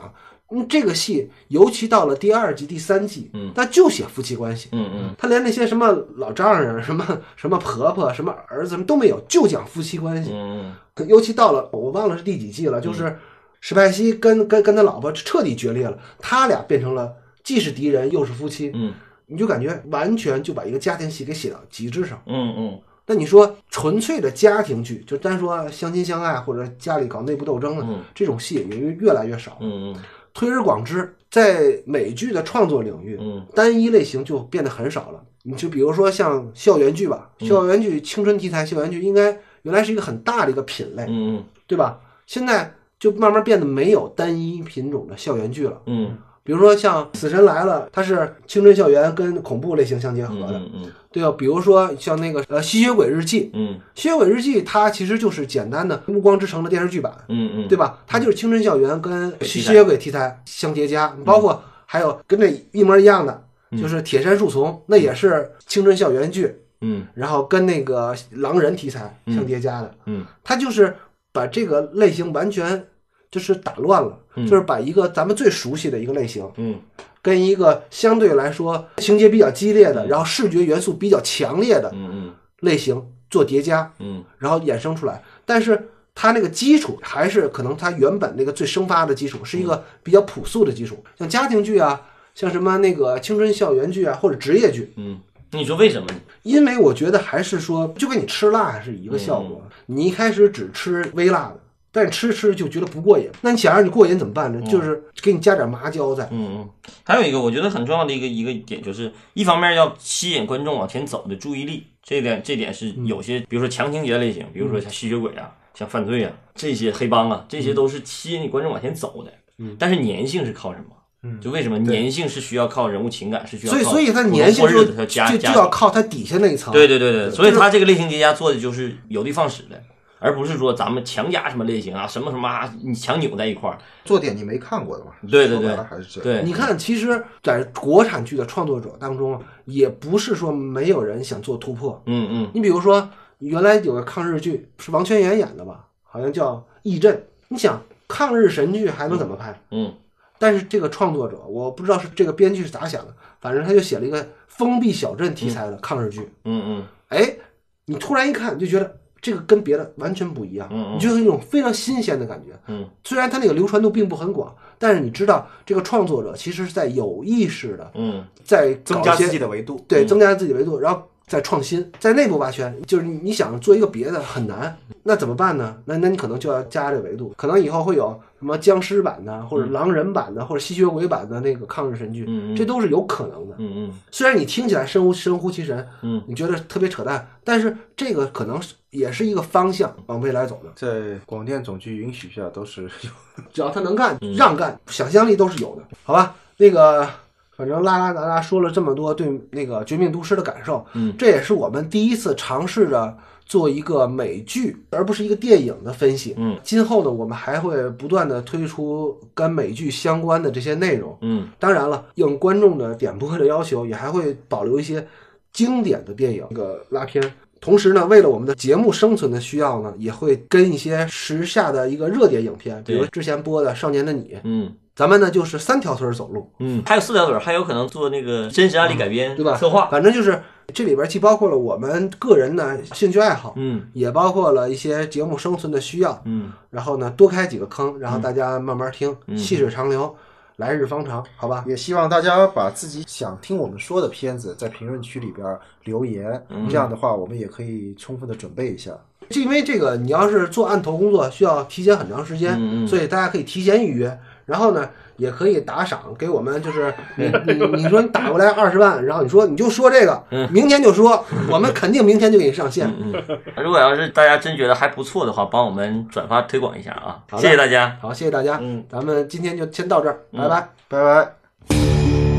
A: 嗯这个戏尤其到了第二季、第三季，
B: 嗯
A: 那就写夫妻关系。
B: 嗯嗯
A: 他连那些什么老丈人、什么什么婆婆、什么儿子什么都没有，就讲夫妻关系。
B: 嗯
A: 尤其到了我忘了是第几季了，就是史派西跟跟跟他老婆彻底决裂了，他俩变成了既是敌人又是夫妻，
B: 嗯
A: 你就感觉完全就把一个家庭戏给写到极致上。
B: 嗯嗯
A: 那你说纯粹的家庭剧，就单说相亲相爱或者家里搞内部斗争的、
B: 嗯
A: 这种戏也越来越少。
B: 嗯
A: 推而广之，在美剧的创作领域，
B: 嗯
A: 单一类型就变得很少了。你就比如说像校园剧吧，校园剧、青春题材校园剧应该原来是一个很大的一个品类，
B: 嗯
A: 对吧？现在就慢慢变得没有单一品种的校园剧了。
B: 嗯
A: 比如说像《死神来了》，它是青春校园跟恐怖类型相结合的，
B: 嗯
A: 对哦吧？比如说像那个呃《吸血鬼日记》，
B: 嗯
A: 《吸血鬼日记》它其实就是简单的《暮光之城》的电视剧版，
B: 嗯嗯，
A: 对
B: 吧？
A: 吧？它就是青春校园跟吸吸
B: 题材
A: 血鬼题材相叠加，包括还有跟这一模一样的，
B: 嗯
A: 就是《铁杉树丛》，那也是青春校园剧，
B: 嗯
A: 然后跟那个狼人题材相叠加的。
B: 嗯
A: 它就是把这个类型完全就是打乱了，
B: 嗯
A: 就是把一个咱们最熟悉的一个类型，
B: 嗯
A: 跟一个相对来说情节比较激烈的，
B: 嗯
A: 然后视觉元素比较强烈的
B: 嗯
A: 类型做叠加。
B: 嗯
A: 然后衍生出来。但是它那个基础还是可能它原本那个最生发的基础是一
B: 嗯
A: 个比较朴素的基础，像家庭剧啊，像什么那个青春校园剧啊，或者职业剧。
B: 嗯，你说为什么呢？
A: 因为我觉得还是说，就跟你吃辣是一个效果。
B: 嗯
A: 你一开始只吃微辣的，但是吃吃就觉得不过瘾。那你想让你过瘾怎么办呢？就是给你加点麻椒在。
B: 嗯嗯，还有一个我觉得很重要的一个一个点，就是一方面要吸引观众往前走的注意力，这点这点是
A: 嗯
B: 有些，比如说强情节类型，比如说像吸血鬼啊、像犯罪啊这些黑帮啊，这些都是吸引你观众往前走的。嗯，但是粘性是靠什么？嗯，就为什么粘性是需要靠人物情感，是需要
A: 所以，
B: 靠
A: 所以它粘性
B: 普
A: 就
B: 通过日子
A: 就
B: 要加
A: 就
B: 加
A: 要靠它底下那一层。
B: 对对对对，所以
A: 就是
B: 他这个类型叠加做的就是有的放矢的，而不是说咱们强加什么类型啊，什么什么啊，你强扭在一块儿。
D: 做点你没看过的嘛。
B: 对
D: 说
B: 对
D: 白
B: 对
D: 了还是这样。
B: 对，
A: 你看，其实，在国产剧的创作者当中啊，也不是说没有人想做突破。
B: 嗯嗯
A: 你比如说，原来有个抗日剧是王千源演的吧，好像叫《义阵》。你想，抗日神剧还能怎么拍？
B: 嗯
A: 但是这个创作者，我不知道是这个编剧是咋想的，反正他就写了一个封闭小镇题材的抗日剧。
B: 嗯
A: 哎，你突然一看，你就觉得这个跟别的完全不一样，
B: 嗯嗯
A: 你就有一种非常新鲜的感觉。
B: 嗯
A: 虽然它那个流传度并不很广，但是你知道，这个创作者其实是在有意识的
B: 嗯嗯
A: 在搞
C: 增
A: 一
C: 加
A: 些
C: 自己的维度。
A: 对
B: 嗯
A: 增加自己维度，然后再创新，在内部挖圈，就是你你想做一个别的很难，那怎么办呢？那那你可能就要加这维度，可能以后会有什么僵尸版的，或者狼人版的，或者吸血鬼版的那个抗日神剧，
B: 嗯嗯嗯
A: 这都是有可能的。
B: 嗯嗯
A: 虽然你听起来深乎深乎其神，
B: 嗯，
A: 你觉得特别扯淡，但是这个可能是也是一个方向往未来走的，
C: 在广电总局允许下，都是
A: 只要他能干，
B: 嗯
A: 让干，想象力都是有的，好吧？那个，反正拉拉杂杂说了这么多对那个《绝命毒师》的感受，
B: 嗯，
A: 这也是我们第一次尝试着做一个美剧，而不是一个电影的分析，
B: 嗯，
A: 今后呢，我们还会不断的推出跟美剧相关的这些内容，
B: 嗯
A: 当然了，应观众的点播的要求，也还会保留一些经典的电影这个拉片。同时呢，为了我们的节目生存的需要呢，也会跟一些时下的一个热点影片，比
B: 对
A: 如之前播的《少年的你》，
B: 嗯
A: 咱们呢就是三条腿儿走路，
B: 嗯，还有四条腿，还有可能做那个真实案例改编，
A: 对吧？
B: 策划，
A: 反正就是这里边既包括了我们个人的兴趣爱好，
B: 嗯
A: 也包括了一些节目生存的需要。
B: 嗯
A: 然后呢，多开几个坑，然后大家慢慢听，
B: 嗯
A: 细水长流，来日方长，好吧？
D: 也希望大家把自己想听我们说的片子在评论区里边留言，这样的话我们也可以充分的准备一下。
A: 就因为这个，你要是做案头工作，需要提前很长时间，
B: 嗯嗯
A: 所以大家可以提前预约。然后呢，也可以打赏给我们，就是你 你你说你打过来二十万，然后你说你就说这个，明天就说，我们肯定明天就给你上线。
B: 嗯。如果要是大家真觉得还不错的话，帮我们转发推广一下啊，
A: 好的
B: 谢谢大家。
A: 好，谢谢大家，
B: 嗯
A: 咱们今天就先到这儿，拜拜。
D: 拜拜。
C: 《